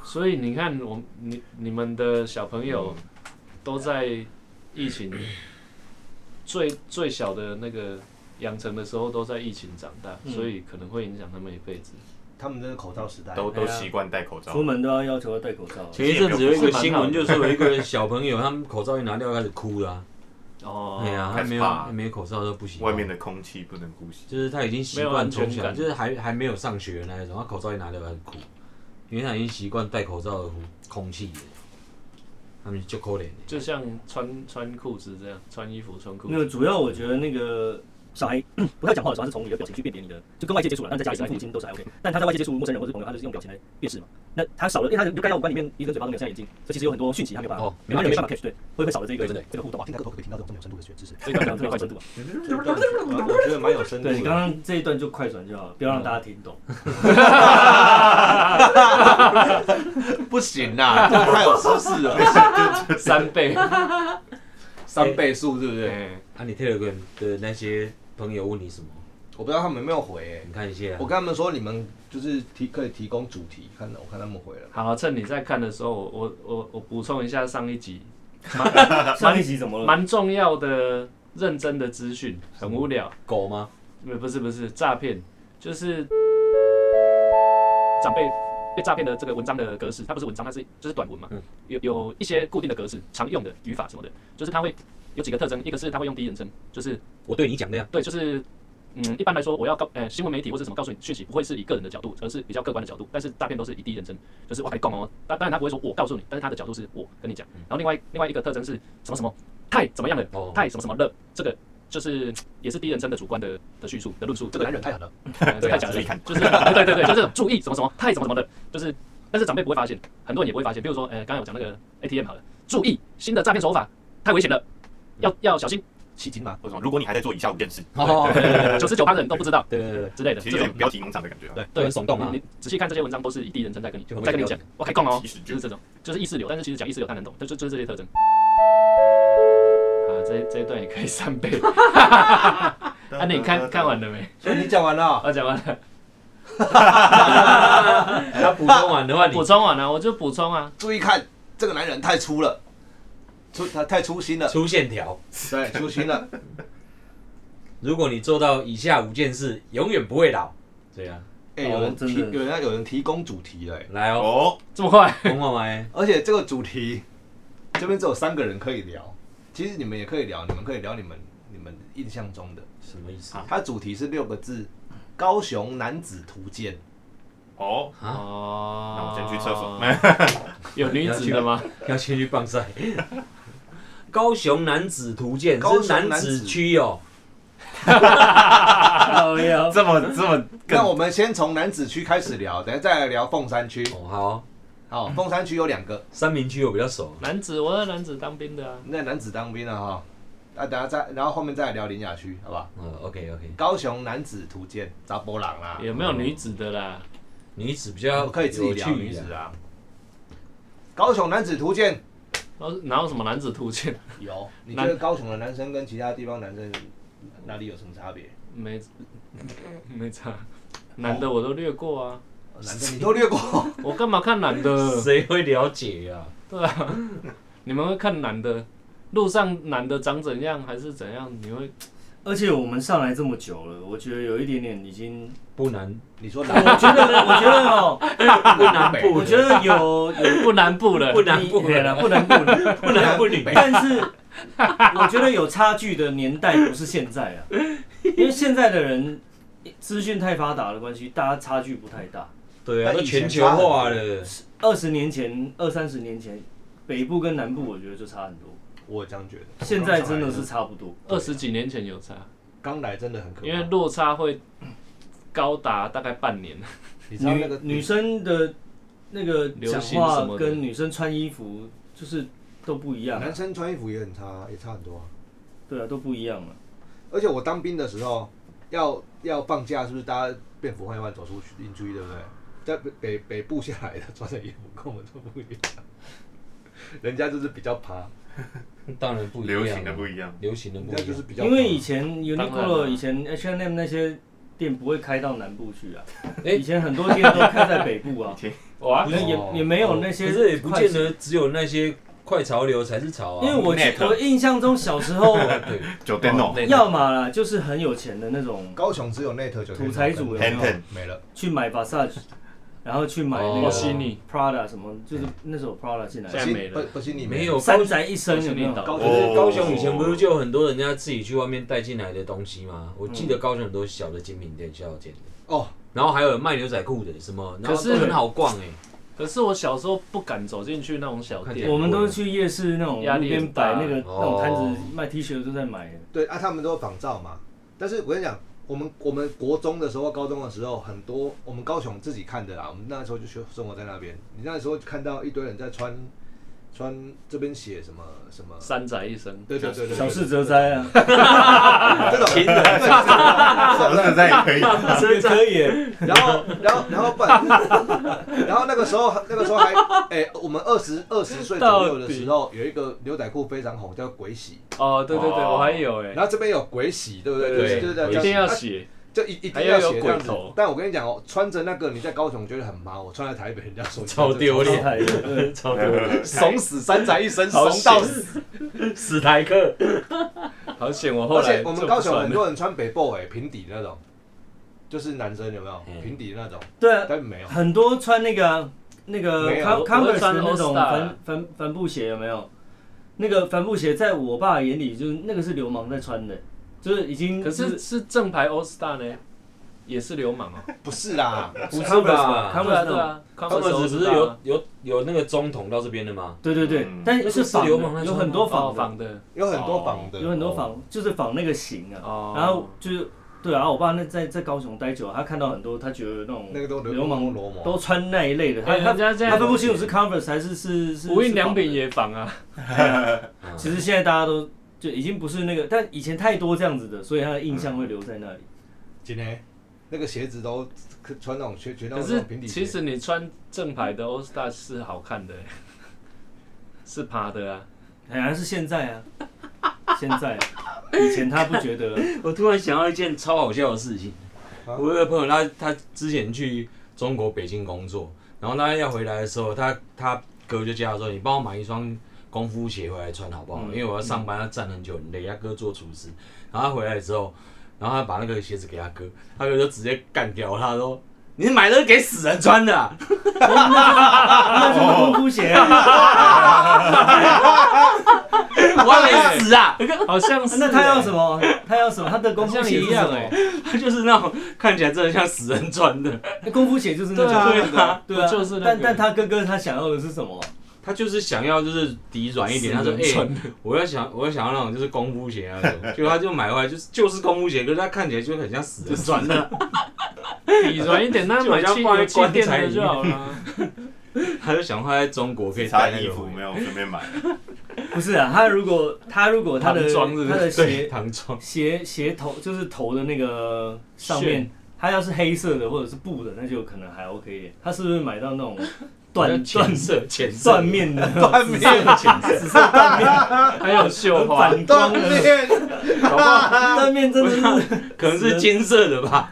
Speaker 4: 所以你看，我你你们的小朋友
Speaker 2: 嗯
Speaker 4: 都在疫情最最小的那个养成的时候都在疫情长大，
Speaker 2: 嗯
Speaker 4: 所以可能会影响他们一辈子。
Speaker 1: 他们真的口罩时代，
Speaker 5: 都
Speaker 2: 对啊
Speaker 5: 都习惯戴口罩
Speaker 2: 出。门都要要求要戴口罩。啊
Speaker 3: 前一阵子有一个新闻，就是有一个小朋友，他们口罩一拿掉开始哭了啊，
Speaker 4: 哦
Speaker 3: 哎呀，他
Speaker 5: 开始
Speaker 3: 没有
Speaker 5: 怕
Speaker 3: 他没有口罩都不行，
Speaker 5: 外面的空气不能呼吸。
Speaker 3: 就是他已经习
Speaker 4: 没有安
Speaker 3: 惯
Speaker 4: 全
Speaker 3: 从小
Speaker 4: 感
Speaker 3: 就是还还没有上学的那一种，他口罩一拿掉开始哭，因为他已经习惯戴口罩的空气了，他们就可怜的。
Speaker 4: 就像穿穿裤子这样，穿衣服穿裤
Speaker 2: 没有， *laughs*
Speaker 4: 子，
Speaker 2: 主要我觉得那个小孩 *coughs* 不太讲话的时候，他是从你的表情去辨别你的，就跟外界接触了。但在家里，父母亲都是还 OK，但他在外界接触陌生人或是朋友，他就是用表情来辨识嘛。那他少了，因为他就该到五官里面，一个嘴巴都没有，塞眼睛，所以其实有很多讯息他没有办法
Speaker 3: 哦，
Speaker 2: 没办法没办法 catch，对，会会少了这个这个互动
Speaker 1: 哇，
Speaker 2: 啊。
Speaker 1: 听到都可以听到这种这么有深度的学知识。
Speaker 2: 这个这个快深度啊，
Speaker 1: 我觉得蛮有深度
Speaker 2: 对，刚
Speaker 1: 的。
Speaker 2: 刚这一段就快转就好了，不要让大家听懂。
Speaker 1: 不行啦，这太有知识了，
Speaker 4: 三倍。
Speaker 1: 三倍速对不对？
Speaker 4: 对，
Speaker 3: 啊，你 Telegram 的那些朋友问你什么？
Speaker 1: 我不知道他们有没有回
Speaker 3: 你看一下啊
Speaker 1: 欸，我跟他们说你们就是提可以提供主题，看我看他们回了。
Speaker 4: 好，趁你在看的时候，我我我我补充一下上一集
Speaker 2: *laughs* 上一集怎么了？
Speaker 4: 蛮重要的、认真的资讯，很无聊。
Speaker 3: 狗吗？
Speaker 4: 呃，不是不是，诈骗就是长辈被诈骗的这个文章的格式，它不是文章，它是就是短文嘛，
Speaker 3: 嗯
Speaker 4: 有有一些固定的格式、常用的语法什么的，就是它会有几个特征，一个是它会用第一人称，就是
Speaker 3: 我对你讲
Speaker 4: *laughs*
Speaker 3: 的呀。
Speaker 4: 对，就是嗯，一般来说我要告呃新闻媒体或者什么告诉你讯息，不会是以个人的角度，而是比较客观的角度，但是诈骗都是以第一人称，就是我来讲哦，当当然他不会说我告诉你，但是他的角度是我跟你讲，然后另外另外一个特征是什么什么太怎么样了
Speaker 3: 哦，
Speaker 4: 太什么什么了，这个。就是嗯也是第一人称的主观的的叙述的论述，
Speaker 1: 这
Speaker 4: 这
Speaker 1: 个
Speaker 4: 个
Speaker 1: 男人太狠了，
Speaker 4: 呃这太假
Speaker 5: 注
Speaker 4: 了
Speaker 5: 意看，
Speaker 4: 就是 *laughs* 对对对，就是注意什么什么，太什么什么的，就是，但是长辈不会发现，很多人也不会发现。比如说，呃，刚刚有讲那个 ATM 好了，注意新的诈骗手法，太危险了，要要小心。
Speaker 1: 吸金嘛，
Speaker 5: 为什么？如果你还在做以下五件事，
Speaker 3: 哦，
Speaker 4: 九十九趴的人都不知道
Speaker 3: 对对对，
Speaker 4: 之类的，
Speaker 5: 其
Speaker 4: 这
Speaker 5: 实有
Speaker 4: 种
Speaker 5: 点标题农场的感觉啊。
Speaker 1: 对
Speaker 3: 很耸动啊
Speaker 4: 你你仔细看这些文章，都是以第一人称在跟你
Speaker 3: 就很
Speaker 4: 在跟你讲
Speaker 3: 会，
Speaker 4: 我开讲哦
Speaker 5: 其实，
Speaker 4: 就
Speaker 5: 就
Speaker 4: 是这种，就是意识流，但是其实讲意识流看得懂，就就就是这些特征。啊，这这一段也可以三倍。啊，你看看完了没？
Speaker 1: 所以你讲完了，
Speaker 4: 我讲完了，
Speaker 3: 他补充完的话，你
Speaker 2: *laughs*
Speaker 4: 补充完了，我就补充啊。
Speaker 1: 注意看，这个男人太粗了，粗他太粗心了，
Speaker 3: 出线条。
Speaker 1: 对，粗心了。
Speaker 3: 如果你做到以下五件事，永远不会老。对啊，
Speaker 1: 哎，
Speaker 2: 哦
Speaker 1: 有人
Speaker 2: 真
Speaker 1: 提，
Speaker 2: 的
Speaker 1: 有人有人提供主题了欸，
Speaker 3: 来哦，
Speaker 5: 哦，
Speaker 4: 这么快，
Speaker 3: 公话来，
Speaker 1: 而且这个主题这边只有三个人可以聊，其实你们也可以聊，你们可以聊你们你们印象中的。
Speaker 3: 什么意思？
Speaker 1: 它主题是六个字：高雄男子图鉴。
Speaker 5: 哦，
Speaker 3: 啊，
Speaker 4: 哦，
Speaker 5: 那我先去厕所。
Speaker 4: 有女子的吗？
Speaker 3: 要先去棒赛。 *laughs* 高雄男子图鉴
Speaker 1: 高雄
Speaker 3: 是
Speaker 1: 男子
Speaker 3: 男子区哦，
Speaker 2: 哎呀，
Speaker 5: 这么这么
Speaker 1: 那
Speaker 5: 更
Speaker 1: 我们先从南子区开始聊，等下再来聊凤山区。
Speaker 3: 哦好，
Speaker 1: 好，凤山区有两个，
Speaker 3: 三明区我比较熟，
Speaker 4: 男子，我是男子当兵的啊。
Speaker 1: 那男子当兵了哈。啊，等下再，然后后面再来聊林雅区，好不好？
Speaker 3: 呃 OK OK，
Speaker 1: 高雄男子图鉴，查波朗啦，
Speaker 4: 有没有女子的啦？
Speaker 3: 女子比较
Speaker 1: 我可以自己聊
Speaker 3: 有趣
Speaker 1: 女子
Speaker 3: 啊
Speaker 1: 啊。高雄男子图鉴
Speaker 4: 然后哪有什么男子图鉴？
Speaker 1: 有，你
Speaker 4: 男
Speaker 1: 觉得高雄的男生跟其他地方男生哪里有什么差别？
Speaker 4: 没，没差。男的我都略过啊，
Speaker 1: 男生你都略过，
Speaker 4: 我干嘛看男
Speaker 3: *laughs*
Speaker 4: 的？
Speaker 3: 谁会了解啊？
Speaker 4: 对啊，你们会看男的，路上男的长怎样还是怎样？你会 *laughs*
Speaker 2: 而且我们上来这么久了，我觉得有一点点已经，
Speaker 1: *laughs*
Speaker 3: 不难
Speaker 1: *laughs* 你说
Speaker 2: 我
Speaker 1: 南
Speaker 2: 觉得我觉得哦，
Speaker 1: 不南北，
Speaker 2: 我觉得有有
Speaker 4: *laughs* 呃不南部了
Speaker 3: 不，难不
Speaker 2: 对了，不能不能，
Speaker 3: 不男不女，
Speaker 1: *laughs*
Speaker 2: 但是我觉得有差距的年代不是现在啊，因为现在的人资讯太发达的关系，大家差距不太大。
Speaker 3: 对啊，
Speaker 1: 但
Speaker 3: 都
Speaker 1: 以前
Speaker 3: 全球化了，
Speaker 2: 二十年前、二三十年前，北部跟南部我觉得就差很多，
Speaker 1: 我也这样觉得。
Speaker 2: 现在真的是差不多。
Speaker 4: 二十几年前有差，
Speaker 1: 刚来真的很可怕，
Speaker 4: 因为落差会高达大概半年。
Speaker 1: 你知道那
Speaker 2: 女
Speaker 1: 个
Speaker 2: 女生的那个讲
Speaker 4: 流行什
Speaker 2: 话
Speaker 4: 么的
Speaker 2: 跟女生穿衣服就是都不一样啊，
Speaker 1: 男生穿衣服也很差，也差很多啊。
Speaker 2: 对啊，都不一样了。
Speaker 1: 而且我当兵的时候，要要放假，是不是大家便服换一换走出去邻居，对不对？在北北北部下来的穿的衣服跟我们都不一样，人家就是比较趴，
Speaker 3: 当然不一样啊，
Speaker 5: 流行的不一样，
Speaker 3: 流行的
Speaker 1: 人
Speaker 3: 不
Speaker 1: 家
Speaker 3: 一
Speaker 1: 就是
Speaker 3: 样，
Speaker 1: 比较趴。
Speaker 2: 因为以前
Speaker 4: 当然
Speaker 2: Uniqlo、
Speaker 4: 啦
Speaker 2: 以前 H&M 那些店不会开到南部去啊，
Speaker 3: 哎
Speaker 2: 以前很多店都开在北部啊，
Speaker 4: 哇，
Speaker 2: 也也也没有那些
Speaker 3: 可
Speaker 2: 快，
Speaker 3: 是也不见得只有那些快潮流才是潮啊，
Speaker 2: 因为我
Speaker 5: Net
Speaker 2: 我印象中小时候，
Speaker 3: 对
Speaker 5: 酒店哦，
Speaker 2: 要么啦就是很有钱的那种，
Speaker 1: 高雄只有内特酒店
Speaker 2: 土财主
Speaker 1: 没
Speaker 2: 有
Speaker 5: 没有
Speaker 1: 了没了，
Speaker 2: 去买 Versace，然后去买那
Speaker 4: 波
Speaker 2: 个
Speaker 3: 哦
Speaker 4: 西尼
Speaker 2: Prada 什么，就是那时候 Prada 进
Speaker 4: 现
Speaker 2: 来，
Speaker 4: 在没了
Speaker 1: 不不信你
Speaker 3: 没有
Speaker 2: 三宅一生有没有？
Speaker 1: 高
Speaker 4: 高
Speaker 3: 可是
Speaker 1: 雄
Speaker 5: 哦
Speaker 3: 高雄以前不是就有很多人家自己去外面带进来的东西吗？我记
Speaker 1: 嗯
Speaker 3: 得高雄很多小的精品店、小店的，
Speaker 1: 哦，
Speaker 3: 然后还有卖牛仔裤的什么，然后
Speaker 4: 可是
Speaker 3: 都很好逛哎、
Speaker 4: *laughs*
Speaker 5: *laughs*
Speaker 4: 可是我小时候不敢走进去那种小
Speaker 3: 看起
Speaker 4: 店
Speaker 3: 来，
Speaker 2: 我们都是去夜市那种
Speaker 4: 压
Speaker 2: 路
Speaker 4: 力
Speaker 2: 边
Speaker 4: 很大
Speaker 2: 摆那个那种
Speaker 3: 哦
Speaker 2: 摊子卖 T 恤都在买的，
Speaker 1: 对啊，他们都有仿照嘛。但是我跟你讲，我们我们国中的时候、高中的时候，很多我们高雄自己看的啦。我们那时候就学生活在那边，你那时候看到一堆人在穿穿这边写什么什么，
Speaker 4: 三宅一 *laughs* 生，
Speaker 1: 对对对对，
Speaker 2: 小事则哉啊，
Speaker 1: *laughs* 这种， *laughs* 哦
Speaker 5: 真的在也可以。 *laughs*
Speaker 4: 啊
Speaker 2: 真可以耶。
Speaker 1: *laughs* 然后然后然后不然， *laughs* 然后那个时候那个时
Speaker 4: *laughs*
Speaker 1: 候还哎、我们二十二十岁左右的时候，有一个牛仔裤非常红，叫鬼洗。
Speaker 4: *laughs* 哦，对对对，
Speaker 5: 哦
Speaker 4: 我还有哎，
Speaker 1: 然后这边有鬼洗，对不对？
Speaker 4: 对
Speaker 1: 就是就是
Speaker 4: 一定要
Speaker 1: 这样啊
Speaker 4: 写，
Speaker 1: 就一一
Speaker 4: 还
Speaker 1: 定
Speaker 4: 要
Speaker 1: 要
Speaker 4: 有
Speaker 1: 写这样
Speaker 4: 鬼
Speaker 1: 子
Speaker 4: 头。
Speaker 1: 但我跟你讲哦，穿着那个你在高雄觉得很妈，我穿在台北人家说
Speaker 3: 超丢
Speaker 2: 厉
Speaker 3: 脸
Speaker 2: 害
Speaker 3: *laughs*
Speaker 2: 的，
Speaker 3: 超
Speaker 1: 怂死三宅一生，
Speaker 4: 好
Speaker 1: 怂到
Speaker 4: 险
Speaker 1: 死。
Speaker 3: 史台克，
Speaker 4: 好险！我后
Speaker 1: 而
Speaker 4: 来
Speaker 1: 且我们
Speaker 4: 就
Speaker 1: 高
Speaker 4: 不
Speaker 1: 雄
Speaker 4: 算
Speaker 1: 很
Speaker 4: 了
Speaker 1: 多人穿北部哎、平底那种，就是男生有没有
Speaker 3: 嗯
Speaker 1: 平底那种？
Speaker 2: 对啊，
Speaker 1: 但没有。
Speaker 2: 很多穿那个啊那个
Speaker 1: 没有
Speaker 2: con-
Speaker 4: 我我会
Speaker 2: converse
Speaker 4: 穿
Speaker 2: 的那种
Speaker 4: All-Star
Speaker 2: 帆帆帆布鞋有没有？那个帆布鞋在我爸眼里就是那个是流氓在穿的，就是已经
Speaker 4: 可是是正牌 All Star 呢，也是流氓哦。
Speaker 1: 不是
Speaker 4: *laughs*
Speaker 1: 啦，
Speaker 2: 不
Speaker 3: 是吧
Speaker 2: 他
Speaker 4: 对啊
Speaker 2: 们
Speaker 4: 对
Speaker 2: 是
Speaker 4: 啊，哦
Speaker 3: 他
Speaker 4: 康
Speaker 3: 们只不是
Speaker 4: All-Star
Speaker 3: 有有有那个中筒到这边的吗？
Speaker 2: 对对对
Speaker 5: 嗯，
Speaker 2: 但是仿的
Speaker 3: 那个是流氓在穿的
Speaker 2: 有很多
Speaker 4: 哦
Speaker 2: 仿的，
Speaker 4: 仿的
Speaker 1: 有很多仿的，
Speaker 2: 有很多仿就是仿那个型啊。
Speaker 4: 哦。
Speaker 2: 然后就是对啊，我爸那在在高雄待久了，他看到很多他觉得那种
Speaker 1: 那个都流
Speaker 2: 流氓
Speaker 1: 流氓
Speaker 2: 都穿那一类的，他
Speaker 4: 哎
Speaker 2: 他
Speaker 4: 人家现在
Speaker 2: 他分不清楚是 converse 还是是是
Speaker 4: 无印良
Speaker 2: 是仿
Speaker 4: 品
Speaker 2: 的
Speaker 4: 也仿啊，
Speaker 3: 啊
Speaker 2: 其实现在大家都就已经不是那个，但以前太多这样子的，所以他的印象会留在那里。
Speaker 1: 今天那个鞋子都穿那种全全那
Speaker 4: 可
Speaker 1: 种
Speaker 4: 是
Speaker 1: 哦平底鞋。
Speaker 4: 其实你穿正牌的 All Star 是好看的，欸 *laughs* 是趴的啊。
Speaker 2: 显然是现在啊，现在啊以前他不觉得，
Speaker 3: *laughs*
Speaker 4: *laughs*
Speaker 3: 我突然想到一件超好笑的事情，
Speaker 1: 啊
Speaker 3: 我有个朋友他他之前去中国北京工作，然后他要回来的时候，他他哥就叫他说：“你帮我买一双功夫鞋回来穿好不好？
Speaker 2: 嗯
Speaker 3: 因为我要上班，要站很久很累。”他哥做厨师，然后他回来之后，然后他把那个鞋子给他哥，他哥就直接干掉他说。你买的是给死人穿的啊、
Speaker 2: 啊
Speaker 4: 哦
Speaker 2: 那就是功夫鞋啊，
Speaker 3: 外面死 *laughs* 啊！
Speaker 4: 好像是
Speaker 2: 那他要什
Speaker 4: 么？
Speaker 2: 么？他要什么？他的功
Speaker 4: 好
Speaker 2: 夫
Speaker 4: 像
Speaker 2: 鞋
Speaker 4: 也
Speaker 2: 是
Speaker 4: 一
Speaker 2: 什
Speaker 4: 样
Speaker 2: 么
Speaker 4: 哎、
Speaker 3: 他就是那种看起来真的像死人穿的，
Speaker 2: 那功夫鞋就是那
Speaker 3: 对
Speaker 2: 种，
Speaker 3: *laughs* 啊，
Speaker 2: 对啊，
Speaker 4: 就是那个
Speaker 2: 但但他哥哥他想要的是什么？
Speaker 3: 他就是想要就是底软一点。他说：“哎、我要想我要想要那种就是功夫鞋啊，结果他就 *laughs* 买回来就是就是功夫鞋，可是他看起来就很像死人穿的，
Speaker 4: 比软一点，那
Speaker 3: 就好
Speaker 4: 买
Speaker 3: 像
Speaker 4: 气
Speaker 3: 放在
Speaker 4: 有气
Speaker 3: 棺
Speaker 4: 垫
Speaker 3: 材
Speaker 4: 的
Speaker 3: 里
Speaker 4: 就
Speaker 3: 面
Speaker 4: 好了。
Speaker 3: *laughs*
Speaker 4: *laughs*
Speaker 3: 他就想他在中国可以
Speaker 5: 差
Speaker 3: 带那
Speaker 5: 衣 *laughs*
Speaker 3: 个
Speaker 5: 服
Speaker 3: 回
Speaker 5: 没有随便买，
Speaker 2: 不是啊，他如果他如果他的
Speaker 4: 唐装是不是
Speaker 2: 他的
Speaker 3: 来对
Speaker 2: 鞋 *laughs*
Speaker 3: 唐装，
Speaker 2: 鞋鞋头就是头的那个上面
Speaker 4: 线，
Speaker 2: 它要是黑色的或者是布的，那就可能还 OK 耶。他是不是买到那种
Speaker 3: 好
Speaker 2: 缎
Speaker 3: 像浅
Speaker 2: 缎
Speaker 3: 色浅色
Speaker 2: 缎面的？
Speaker 1: 断面，
Speaker 2: 只剩缎面，
Speaker 4: 还有绣花，
Speaker 2: 反
Speaker 1: 断
Speaker 2: 光的
Speaker 1: 面，
Speaker 3: 搞不好
Speaker 2: 缎面真的是
Speaker 3: 可能是金色的吧？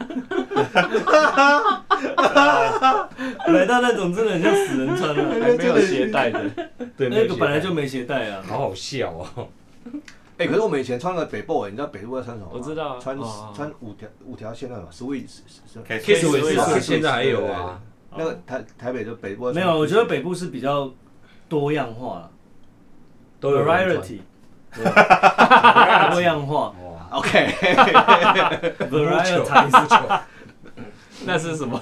Speaker 2: 买到那种真的很像死人穿
Speaker 4: *laughs*
Speaker 2: 的，
Speaker 4: 还没有鞋带的，
Speaker 3: 对，
Speaker 2: 那
Speaker 3: 没
Speaker 2: 个
Speaker 3: 有
Speaker 2: 本来
Speaker 3: 鞋带
Speaker 2: 就没鞋带啊。
Speaker 3: 好好笑哦。
Speaker 1: 哎、可是我们以前穿个北部，你知道北部要穿什么吗？
Speaker 4: 我知道
Speaker 1: 穿、
Speaker 4: 哦
Speaker 1: 穿五条五条线那种 Swiss，什么
Speaker 5: Kiss
Speaker 3: Kiss
Speaker 5: 我
Speaker 3: 我
Speaker 5: 一
Speaker 3: 也是
Speaker 5: 次
Speaker 3: 啊，
Speaker 1: Kiss
Speaker 3: 现在还有啊。
Speaker 1: 那个台台北的北部
Speaker 2: 没有，我觉得北部是比较多样化了
Speaker 3: 都有人穿
Speaker 2: ，variety，多样化
Speaker 3: 哇，
Speaker 1: OK，
Speaker 2: *laughs* ，variety，
Speaker 4: *laughs* 那是什么？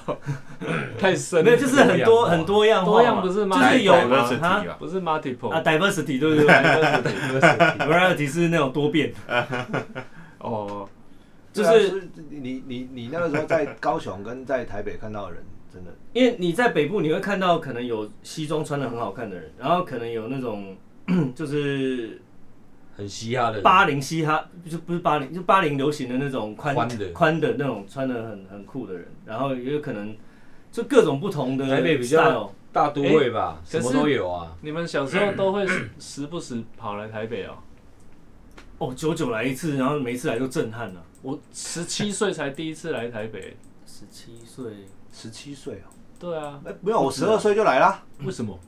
Speaker 4: 太深
Speaker 2: 没
Speaker 4: 了，
Speaker 2: 有，就是很多很多样化嘛，
Speaker 4: 多样不是吗
Speaker 2: 就是有
Speaker 5: Diversity
Speaker 2: 啊
Speaker 5: 吧
Speaker 4: 不是 multiple
Speaker 2: 啊，diversity 对对对 *laughs* ，variety 是那种多变，
Speaker 4: 哦，
Speaker 2: 就
Speaker 1: 对啊
Speaker 2: 是
Speaker 1: 你你你那个时候在高雄跟在台北看到的人，真的
Speaker 2: 因为你在北部你会看到可能有西装穿的很好看的人，然后可能有那种就是
Speaker 3: *laughs* 很嘻哈的人。
Speaker 2: 八零嘻哈，就不是八零，就八零流行的那种宽
Speaker 3: 宽的
Speaker 2: 宽的那种穿的很很酷的人，然后也有可能就各种不同的
Speaker 3: 台北比
Speaker 2: style，
Speaker 3: 较大都会吧，
Speaker 4: 可
Speaker 3: 什
Speaker 4: 是
Speaker 3: 么都有啊。
Speaker 4: 你们小时候都会时时不时跑来台北哦？
Speaker 2: 哦，久久来一次，然后每次来都震撼了。
Speaker 4: 我十七岁才第一次来台北，
Speaker 2: 十七岁，
Speaker 1: 十七岁哦，
Speaker 4: 对啊，
Speaker 1: 哎没有，我十二岁就来啦。
Speaker 4: 为什么？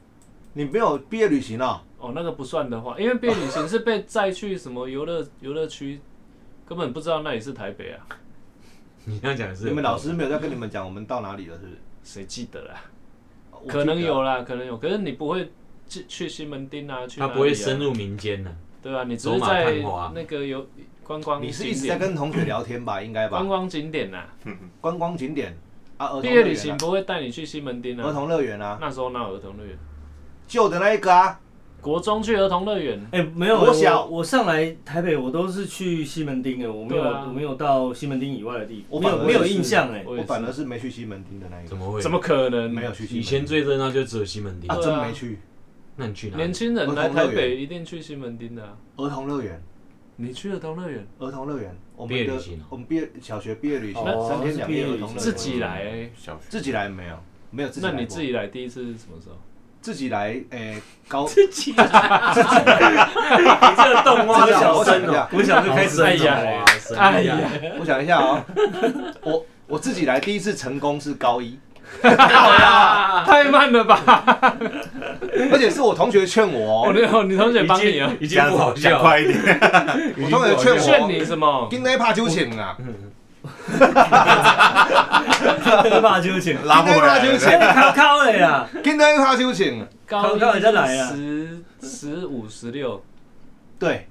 Speaker 1: 你没有毕业旅行啊？
Speaker 4: 哦，那个不算的话，因为毕业旅行是被载去什么游乐游乐区，根本不知道那里是台北啊，
Speaker 3: 你要讲的是
Speaker 1: 你们老师没有在跟你们讲我们到哪里了，是不是？
Speaker 4: 谁记得啦？
Speaker 1: 我记得
Speaker 3: 啊
Speaker 4: 可能有啦，可能有，可是你不会去去西门町啊，去
Speaker 3: 他
Speaker 4: 哪
Speaker 3: 不会
Speaker 4: 里啊
Speaker 3: 深入民间呢。
Speaker 4: 对啊，你只
Speaker 3: 走
Speaker 4: 是
Speaker 3: 马
Speaker 4: 在
Speaker 3: 看花
Speaker 4: 那个有观光景点，
Speaker 1: 你是一直在跟同学聊天吧？应该吧
Speaker 4: 观？光景点呐、
Speaker 1: 观光景点啊，儿童
Speaker 4: 毕
Speaker 1: 乐
Speaker 4: 业旅
Speaker 1: 园
Speaker 4: 行
Speaker 1: 啊
Speaker 4: 不会带你去西门町
Speaker 1: 儿
Speaker 4: 啊。
Speaker 1: 童乐园啊，
Speaker 4: 那时候哪有儿童乐园？
Speaker 1: 旧的那一个啊，
Speaker 4: 国中去儿童乐园，
Speaker 2: 哎、没有，
Speaker 1: 国小
Speaker 2: 我我上来台北，我都是去西门町的，我没有、
Speaker 4: 对啊
Speaker 2: 我没有到西门町以外的地
Speaker 1: 我
Speaker 2: 没
Speaker 1: 反
Speaker 2: 有
Speaker 1: 而
Speaker 2: 没有
Speaker 1: 是
Speaker 2: 印象哎、
Speaker 4: 我也
Speaker 1: 我
Speaker 4: 是
Speaker 1: 反而是没去西门町的那一
Speaker 3: 怎
Speaker 1: 个，
Speaker 3: 么会？
Speaker 4: 怎么可能？
Speaker 1: 没有去西
Speaker 3: 以
Speaker 1: 门
Speaker 3: 前
Speaker 1: 町
Speaker 3: 最热闹就只有西门町
Speaker 1: 啊，
Speaker 4: 对，啊
Speaker 1: 真没去
Speaker 3: 那你去哪里？
Speaker 4: 年轻人来
Speaker 1: 儿童乐
Speaker 4: 台
Speaker 1: 园
Speaker 4: 北一定去西门町的啊、
Speaker 1: 儿童乐园。
Speaker 4: 你去儿童乐园
Speaker 1: 儿童乐园，我
Speaker 3: 毕业
Speaker 1: 们
Speaker 3: 旅
Speaker 1: 的
Speaker 3: 行哦
Speaker 1: 我们毕业小学毕业旅行
Speaker 2: 哦
Speaker 1: 三天两夜儿童乐园，
Speaker 4: 自己来、欸
Speaker 5: 小学
Speaker 1: 自己来没有？没有自己
Speaker 4: 那
Speaker 1: 来过，
Speaker 4: 你自己来第一次是什么
Speaker 1: *laughs*
Speaker 4: 时候？
Speaker 1: 自己来，诶，高 *laughs*
Speaker 3: 你这个动
Speaker 1: 我
Speaker 3: 画
Speaker 1: 想
Speaker 3: 小
Speaker 1: 我
Speaker 3: 声
Speaker 1: 想一
Speaker 3: 哦，
Speaker 1: 下，
Speaker 2: 我想就开始
Speaker 3: 哎
Speaker 4: 呀
Speaker 3: 呀，
Speaker 4: 哎
Speaker 3: 哎
Speaker 4: 呀
Speaker 3: 呀，
Speaker 1: 我想一下哦，我我自己来第一次成功是高一，
Speaker 4: 太慢了吧！
Speaker 1: 而且是我同学劝我
Speaker 4: 哦，
Speaker 1: 哦，
Speaker 4: 你哦你同学帮你啊，
Speaker 3: 已经
Speaker 5: 讲
Speaker 3: 不好
Speaker 5: 讲
Speaker 3: 笑了，
Speaker 5: 快一点，
Speaker 1: 我同学劝
Speaker 4: 劝
Speaker 1: 我，
Speaker 4: 你嗯什么？
Speaker 1: 今天怕酒请啊，
Speaker 2: 对吧？纠 *laughs* 结，
Speaker 5: 拉不回来
Speaker 1: 今天怕酒
Speaker 5: 了。
Speaker 1: 请，
Speaker 2: 靠靠了呀！
Speaker 1: 今天怕啊酒请，
Speaker 4: 高
Speaker 2: 高
Speaker 4: 一
Speaker 2: 一再来啊
Speaker 4: 十十五十六，
Speaker 1: 对，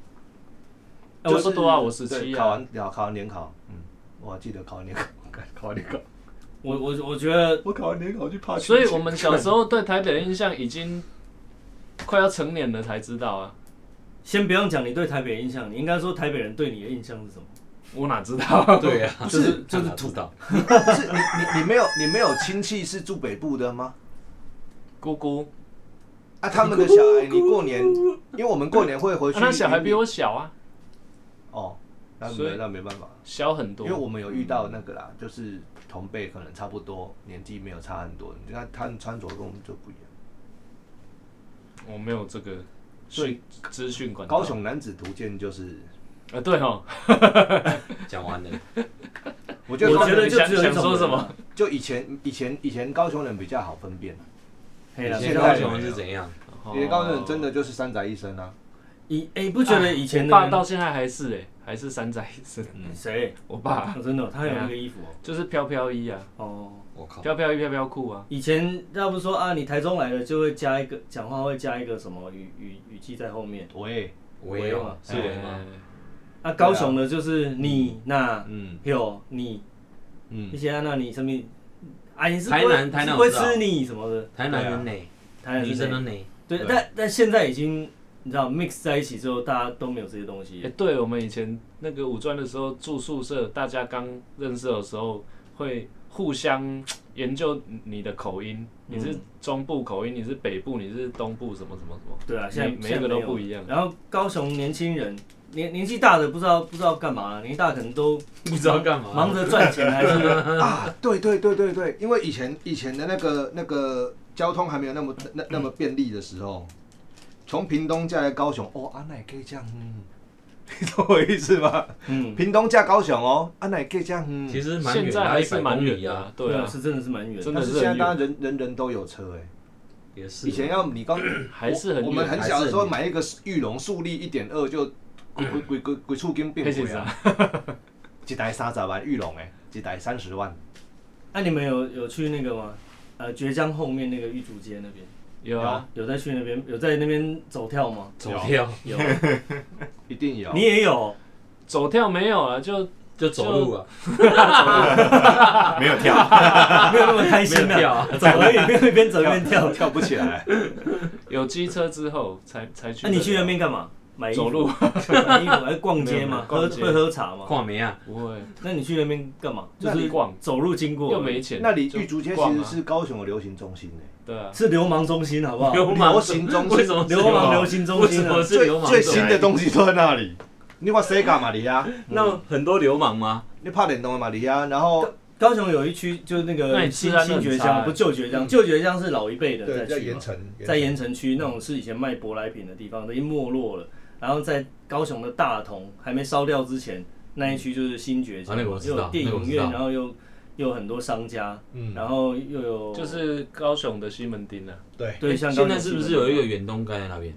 Speaker 2: 哎
Speaker 4: 就
Speaker 2: 我
Speaker 4: 不多啊，我十
Speaker 1: 对
Speaker 4: 七
Speaker 1: 考
Speaker 4: 啊。
Speaker 1: 完考考完联考，嗯，我还记得考完
Speaker 4: *laughs*
Speaker 1: 联考，考完联考，
Speaker 2: 我我我觉得
Speaker 1: 我考完联考去怕酒请，
Speaker 4: 所以我们小时候对台北的印象已经快要成年了才知道啊，
Speaker 2: 先不用讲你对台北的印象，你应该说台北人对你的印象是什么？
Speaker 4: 我哪知道？
Speaker 3: 对呀，
Speaker 1: 不
Speaker 3: 就是 *laughs* 是就
Speaker 1: 就
Speaker 3: 是
Speaker 1: 是
Speaker 3: 土啊道，
Speaker 1: 不是你你你没有你没有亲戚是住北部的吗？
Speaker 4: 姑姑， *laughs*
Speaker 1: 啊，他们的小孩，你过年，因为我们过年会回去
Speaker 4: 啊
Speaker 1: 云林，
Speaker 4: 那小孩比我小啊，
Speaker 1: 哦，那
Speaker 4: 所以
Speaker 1: 没那没办法，
Speaker 4: 小很多
Speaker 1: 因为。我们有遇到那个啦，就是同辈可能差不多，年纪没有差很多，你看他们穿着跟我们就不一样。
Speaker 4: 我没有这个
Speaker 1: 所以
Speaker 4: 讯资讯管道。
Speaker 1: 高雄男子图鉴就是，
Speaker 4: 啊，对哦，
Speaker 3: 讲完了，
Speaker 1: 我觉得
Speaker 2: 我
Speaker 1: 高
Speaker 2: 觉
Speaker 1: 雄
Speaker 2: 得
Speaker 1: 人
Speaker 2: 就只有一
Speaker 4: 想
Speaker 2: 种
Speaker 4: 说
Speaker 2: 人
Speaker 4: 什么
Speaker 2: 啊？
Speaker 1: 就以前以前以前高雄人比较好分辨，
Speaker 2: 嘿啦
Speaker 1: 现
Speaker 3: 现
Speaker 1: 在
Speaker 3: 在高雄是怎样？
Speaker 1: 以前高雄
Speaker 4: 哦
Speaker 1: 人真的就是三宅一生啊，
Speaker 2: 以哎，不觉得以前
Speaker 4: 我
Speaker 2: 的
Speaker 4: 爸
Speaker 2: 人
Speaker 4: 到现在还是哎、还是山寨是
Speaker 2: 谁？
Speaker 4: *laughs* 我爸
Speaker 2: 哦真的哦，他有那个衣服哦。
Speaker 4: 就是飘飘衣啊，
Speaker 2: 哦，
Speaker 3: 我靠，
Speaker 4: 飘飘衣飘飘裤啊，
Speaker 2: 以前要不
Speaker 1: 哦
Speaker 2: 说啊，你台中来了就会加一个讲话会加一个什么语语语气在后面，
Speaker 1: 喂，
Speaker 3: 维欧嘛，
Speaker 5: 是
Speaker 4: 哎
Speaker 3: 维欧嘛，
Speaker 2: 啊，高雄呢就是你那
Speaker 1: 嗯
Speaker 2: 有你一
Speaker 1: 嗯，
Speaker 2: 些啊，那你身边啊，你是
Speaker 3: 台
Speaker 2: 不会
Speaker 3: 南台南
Speaker 2: 是不会
Speaker 3: 我知道
Speaker 2: 吃你什么的，
Speaker 3: 台南人呢，
Speaker 2: 台南
Speaker 3: 女生
Speaker 2: 的
Speaker 3: 人呢，
Speaker 2: 对
Speaker 1: 对，
Speaker 2: 但但现在已经你知道 mix 在一起之后，大家都没有这些东西
Speaker 4: 哎、。对我们以前那个五专的时候住宿舍，大家刚认识的时候会互相研究你的口音，
Speaker 2: 嗯
Speaker 4: 你是中部口音，你是北部，你是东部，什么什么什么。
Speaker 2: 对啊，
Speaker 4: 每
Speaker 2: 现在
Speaker 4: 每一个都不一。
Speaker 2: 现在没有
Speaker 4: 样
Speaker 2: 了。然后高雄年轻人年年纪大的不知道不知道干嘛，年纪大可能都
Speaker 3: 不知道干嘛，
Speaker 2: 忙着赚钱还是
Speaker 1: 啊，对对对对对，因为以前以前的那个那个交通还没有那么那那么
Speaker 4: 嗯
Speaker 1: 便利的时候，从屏东嫁来高雄，哦，啊，那也可以这样，嗯，你懂我意思吗？
Speaker 2: 嗯，
Speaker 1: 屏东嫁高雄哦，啊，那也可以这样，嗯。
Speaker 3: 其实蛮
Speaker 4: 现
Speaker 3: 远
Speaker 4: 在
Speaker 3: 的，
Speaker 4: 还是蛮
Speaker 3: 远
Speaker 4: 远
Speaker 3: 啊，
Speaker 4: 的，对啊，
Speaker 2: 是真的是蛮远的。
Speaker 4: 真
Speaker 1: 但
Speaker 4: 的
Speaker 1: 是
Speaker 4: 是
Speaker 1: 现在
Speaker 4: 很
Speaker 1: 当然
Speaker 4: 远，
Speaker 1: 人人人都有车哎、
Speaker 3: 也是
Speaker 1: 以前要你刚
Speaker 4: *clears throat* 还是很
Speaker 1: 我们
Speaker 4: 远，
Speaker 1: 很小的时候买一个玉龙树立一点二
Speaker 4: *clears throat*
Speaker 1: 就鬼鬼鬼鬼畜跟变
Speaker 4: 配置
Speaker 1: 鬼啊，
Speaker 4: 啊，
Speaker 1: 一台三十万玉龙哎，一台三十万，
Speaker 2: 那你们有有去那个吗？呃，绝江后面那个玉竹街那边，
Speaker 4: 有啊，
Speaker 2: 有在去那边有在那边走跳吗？
Speaker 3: 走掉 *laughs*
Speaker 2: 有，
Speaker 1: 一定有。
Speaker 2: 你也有，
Speaker 4: 走跳没有啊，就
Speaker 3: 就走路啊，
Speaker 5: 没有跳，
Speaker 4: *laughs*
Speaker 2: 没有那么开心
Speaker 3: 没有跳
Speaker 2: 啊
Speaker 3: 啊，
Speaker 2: 走而已，一边走一边跳。
Speaker 1: 跳不起来，
Speaker 4: 有机车之后才才去。
Speaker 2: 那你去那边干嘛？买衣服
Speaker 4: 走路？
Speaker 2: 买衣服
Speaker 4: *laughs*
Speaker 2: 还是逛街
Speaker 4: 没有没
Speaker 2: 吗
Speaker 4: 有？
Speaker 2: 喝
Speaker 4: 逛街
Speaker 2: 会喝茶吗？
Speaker 3: 跨梅啊，
Speaker 4: 不会，
Speaker 2: 那你去那边干嘛？就
Speaker 4: 那
Speaker 2: 是
Speaker 4: 你逛
Speaker 2: 走路经过，
Speaker 4: 又没钱。
Speaker 1: 那里
Speaker 4: 就
Speaker 1: 玉竹街其
Speaker 4: 逛
Speaker 1: 实
Speaker 4: 啊
Speaker 1: 是高雄的流行中心哎、
Speaker 4: 对啊，
Speaker 2: 是流氓中心好不好？
Speaker 3: 流氓
Speaker 1: 流行中心
Speaker 3: 为什么是
Speaker 2: *laughs* 流氓流行中
Speaker 3: 为什
Speaker 2: 心
Speaker 4: *laughs*
Speaker 2: 啊
Speaker 4: 哦
Speaker 3: 么，是流氓
Speaker 1: 最
Speaker 3: 中
Speaker 1: 新的东西都在那里。你看谁干嘛的呀？
Speaker 3: 那很多流氓吗？
Speaker 1: 你怕点东的嘛的呀？然后
Speaker 2: 高雄有一区就是那
Speaker 4: 那
Speaker 2: 个
Speaker 4: 你治
Speaker 2: 新
Speaker 4: 安
Speaker 2: 新
Speaker 4: 很
Speaker 2: 绝
Speaker 4: 差
Speaker 2: 江，
Speaker 4: 欸
Speaker 2: 不旧绝江，旧绝江是老一辈的
Speaker 1: 对，
Speaker 2: 在
Speaker 1: 在
Speaker 2: 去嘛
Speaker 1: 盐城，
Speaker 2: 在盐城区那种是以前卖舶来品的地方，都已经没落了。然后在高雄的大同还没烧掉之前，那一区就是新绝江，
Speaker 3: 啊那个我知
Speaker 2: 又
Speaker 3: 道
Speaker 2: 有电
Speaker 3: 那个我
Speaker 2: 影
Speaker 3: 知
Speaker 2: 院，
Speaker 3: 道
Speaker 2: 然后又又有很多商家，
Speaker 1: 嗯，
Speaker 2: 然后又有
Speaker 4: 就是高雄的西门町啊，
Speaker 1: 对，
Speaker 2: 对
Speaker 3: 欸
Speaker 2: 像
Speaker 3: 现
Speaker 2: 高
Speaker 3: 在
Speaker 2: 雄
Speaker 3: 是
Speaker 2: 西
Speaker 3: 不
Speaker 2: 门
Speaker 3: 是有一个远东街在那边？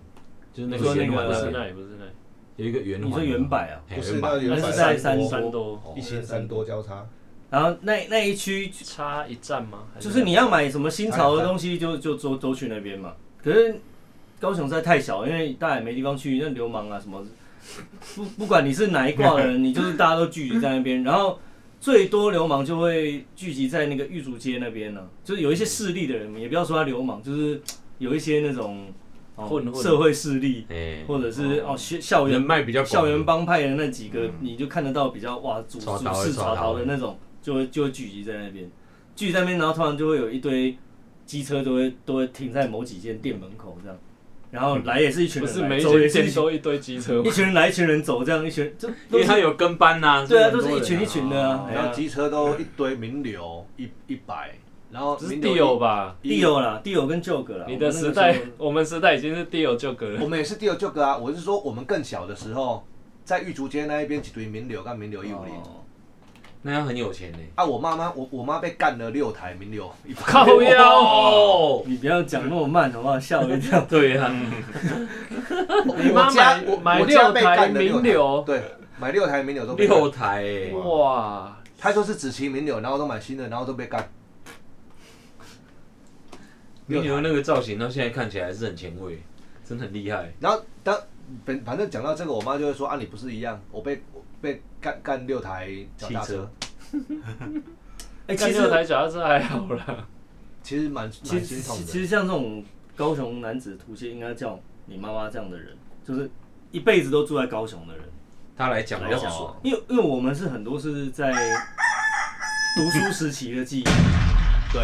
Speaker 3: 就是那
Speaker 4: 你说
Speaker 3: 个
Speaker 4: 那
Speaker 3: 圆环
Speaker 4: 个不
Speaker 3: 那
Speaker 4: 是
Speaker 3: 边
Speaker 4: 那里，不是那里，
Speaker 3: 有一个圆环。哎
Speaker 2: 你说圆柏啊
Speaker 3: 嘿？
Speaker 1: 不是
Speaker 3: 圆柏
Speaker 1: 那里有
Speaker 2: 那是
Speaker 1: 百
Speaker 2: 在
Speaker 1: 三
Speaker 2: 山哦
Speaker 1: 多哦
Speaker 4: 山多
Speaker 1: 一心三多交叉，
Speaker 2: 然后那那一区
Speaker 4: 差一站吗？还
Speaker 2: 就是你要买什么新潮的东西就，就就都都去那边嘛。可是高雄实在太小，因为大家也没地方去，那流氓啊什么，不不管你是哪一挂的人，你就是大家都聚集在那
Speaker 4: *laughs*
Speaker 2: 边，然后最多流氓就会聚集在那个玉竹街那边呢、啊就是有一些势力的人，也不要说他流氓，就是有一些那种、哦
Speaker 4: 混混
Speaker 2: 社会势力，
Speaker 3: 哎，
Speaker 2: 或者是哦学校
Speaker 3: 人
Speaker 2: 园
Speaker 3: 脉比较广
Speaker 2: 校园帮派的那几
Speaker 4: 嗯
Speaker 2: 个，你就看得到比较哇主
Speaker 3: 抓
Speaker 2: 主
Speaker 3: 到了
Speaker 2: 事
Speaker 3: 抓
Speaker 2: 耍
Speaker 3: 到
Speaker 2: 逃
Speaker 3: 了
Speaker 2: 的那种，就会就会聚集在那边，聚集在那边，然后突然就会有一堆机车都会都会停在某几间店门口这样，然后来也是一群
Speaker 4: 不
Speaker 2: 人
Speaker 4: 是
Speaker 2: 来，
Speaker 4: 每一
Speaker 2: 走也是
Speaker 4: 间
Speaker 2: 一
Speaker 4: 店
Speaker 2: 群
Speaker 4: 都一堆机车
Speaker 2: 一 *laughs*
Speaker 4: 吗？
Speaker 2: 群人来一群人走这样，一群
Speaker 4: *laughs*
Speaker 2: 就
Speaker 3: 因
Speaker 2: 都
Speaker 3: 为他
Speaker 2: 是
Speaker 3: 有跟班呐，
Speaker 2: 对啊，
Speaker 3: 很
Speaker 2: 都
Speaker 3: 多
Speaker 2: 是一群
Speaker 3: 人啊
Speaker 2: 一群的
Speaker 4: 哦
Speaker 2: 啊，哎
Speaker 1: 然后
Speaker 2: 呀
Speaker 1: 机车都一堆名流一一百，然后
Speaker 4: 这是
Speaker 1: 名
Speaker 4: 地
Speaker 1: 流
Speaker 4: 友吧？
Speaker 1: 一
Speaker 2: 地友啦，地友跟 Joke 啦，
Speaker 4: 你
Speaker 2: 我
Speaker 4: 的
Speaker 2: 们那个
Speaker 4: 时代
Speaker 2: 时候，
Speaker 4: 我们时代已经是地友就格
Speaker 1: 我
Speaker 4: 了。
Speaker 1: 们也是第二旧歌啊，我是说我们更小的时候，在玉竹街那一边几堆名流，干名流一五零。
Speaker 2: 哦
Speaker 3: 那要很有钱呢。
Speaker 1: 啊，我妈妈，我我妈被干了六台名流，一
Speaker 4: 靠腰，
Speaker 3: 哦，
Speaker 2: 你不要讲那么慢好不 *laughs* 好？吓我一跳。
Speaker 3: 对呀，
Speaker 4: 你妈
Speaker 1: 我家
Speaker 4: 买
Speaker 1: 我
Speaker 4: 买
Speaker 1: 我家
Speaker 4: 六
Speaker 1: 被干
Speaker 4: 台
Speaker 1: 了六
Speaker 4: 名
Speaker 1: 台，
Speaker 4: 流，
Speaker 1: 对，买六台名流都被干
Speaker 3: 六台哎，
Speaker 4: 哇！
Speaker 1: 他就是只骑名流，然后都买新的，然后都被干。
Speaker 3: 你牛那个造型到现在看起来还是很前卫，真的很厉害。
Speaker 1: 然后当本反正讲到这个，我妈就会说啊，你不是一样，我被我被干干六台脚踏
Speaker 3: 汽车
Speaker 1: 车，
Speaker 2: 哎，
Speaker 4: 干
Speaker 2: 其实
Speaker 4: 六台脚踏车还好啦，
Speaker 1: 其实蛮
Speaker 2: 其
Speaker 1: 蛮
Speaker 2: 实
Speaker 1: 心
Speaker 2: 其
Speaker 1: 痛
Speaker 2: 其实
Speaker 1: 的。
Speaker 2: 像这种高雄男子图鉴，应该叫你妈妈这样的人，就是一辈子都住在高雄的人
Speaker 3: 他来讲比
Speaker 2: 来
Speaker 3: 较
Speaker 2: 讲
Speaker 3: 爽，，
Speaker 2: 因为因为我们是很多是在读书时期的记忆，
Speaker 1: 对，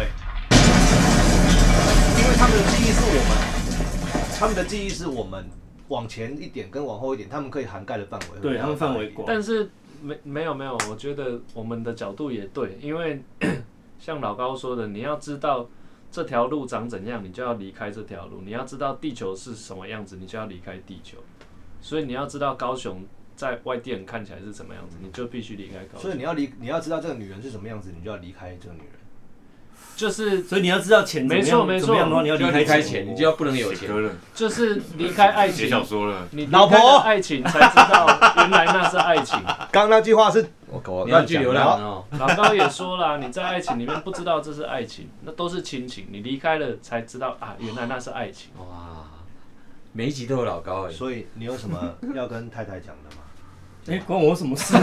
Speaker 1: 因为他们的记忆是我们，他们的记忆是我们往前一点跟往后一点，他们可以涵盖的范围。
Speaker 2: 对他们范围。广，
Speaker 4: 但是没没有没有，我觉得我们的角度也对，因为 *coughs* 像老高说的，你要知道这条路长怎样，你就要离开这条路；你要知道地球是什么样子，你就要离开地球。所以你要知道高雄在外地人看起来是什么样子，你就必须离 *laughs* 开高
Speaker 1: 所
Speaker 4: 雄。
Speaker 1: 以你要离，你要知道这个女人是什么样子，你就要离开这个女人。
Speaker 4: 就是
Speaker 2: 所以你要知道钱怎么
Speaker 4: 没错
Speaker 2: 样
Speaker 4: 没错
Speaker 2: 怎么样的话，你要
Speaker 3: 就要
Speaker 2: 离
Speaker 3: 离开
Speaker 2: 开
Speaker 3: 钱，你就要不能有
Speaker 5: 写
Speaker 3: 钱。
Speaker 5: 歌了，
Speaker 4: 就是离开爱
Speaker 5: 写
Speaker 4: 情，
Speaker 5: *laughs* 小说了，
Speaker 4: 你离
Speaker 1: 老婆
Speaker 4: 开了爱情才知道原来那是爱情。
Speaker 1: 刚刚那句话是，我我
Speaker 3: 你要去流
Speaker 1: 啊
Speaker 3: 浪。哦，
Speaker 4: *laughs* 老高也说了，你在爱情里面不知道这是爱情，那都是亲情，你离开了才知道啊，原来那是爱情。
Speaker 3: 哇，每一集都有老高哎、
Speaker 1: 所以你有什么要跟太太讲的吗？
Speaker 2: 哎，关我什么
Speaker 3: *laughs*
Speaker 2: 事？
Speaker 1: *laughs*
Speaker 2: *laughs*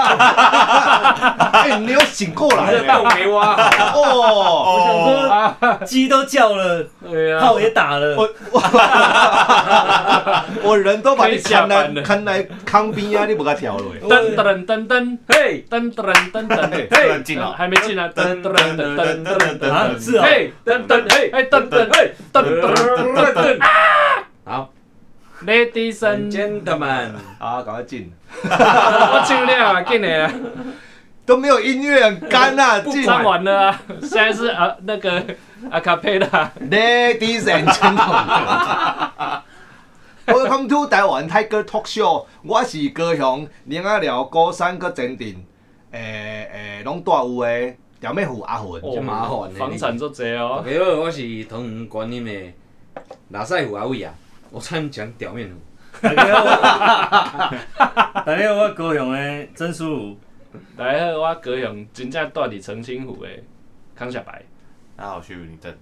Speaker 1: 哎，你有醒过 *laughs* 来
Speaker 3: 在
Speaker 1: 了
Speaker 3: 爆梅蛙啊，
Speaker 1: 哦！
Speaker 2: 我想说，鸡都叫了，
Speaker 3: *laughs*
Speaker 4: 对啊，
Speaker 2: 炮也打了，
Speaker 1: 我人都把你
Speaker 4: 可以下
Speaker 1: 看
Speaker 4: 班
Speaker 1: 来
Speaker 4: 了
Speaker 1: 看来康兵啊，你不给跳 *laughs* 了欸。
Speaker 4: 噔噔噔噔
Speaker 3: 嘿，
Speaker 4: 噔噔噔噔，
Speaker 5: 突然进
Speaker 4: 嘿，
Speaker 5: 了，
Speaker 4: 还没进来，噔噔噔噔噔噔，
Speaker 2: 啊是哦
Speaker 4: 嘿，噔噔嘿，哎噔噔嘿，噔噔噔噔
Speaker 3: 好
Speaker 4: ，Ladies and
Speaker 3: ，gentlemen，
Speaker 1: 好，啊赶快进，
Speaker 4: 我进量啊，进来啊，
Speaker 1: 都没有音乐，很干啊，进。
Speaker 4: 唱完了啊，现在是啊那个阿卡贝拉，
Speaker 1: Ladies and gentlemen, welcome to 台湾 Tiger Talk Show。我是高雄，另外聊高山搁前镇，诶诶，拢带有诶条妹夫阿魂。
Speaker 4: 哦
Speaker 3: 麻烦
Speaker 4: 房产做贼
Speaker 3: 大
Speaker 4: 哦，
Speaker 3: 家好，我是桃园观音的拉塞虎阿伟啊，我差点讲表面虎，
Speaker 2: 大家好，大家好，我 *laughs* 高雄的曾淑如，
Speaker 4: 来好，我高雄真正住伫澄清湖的康小白，
Speaker 5: 大家好，我是徐宇林正，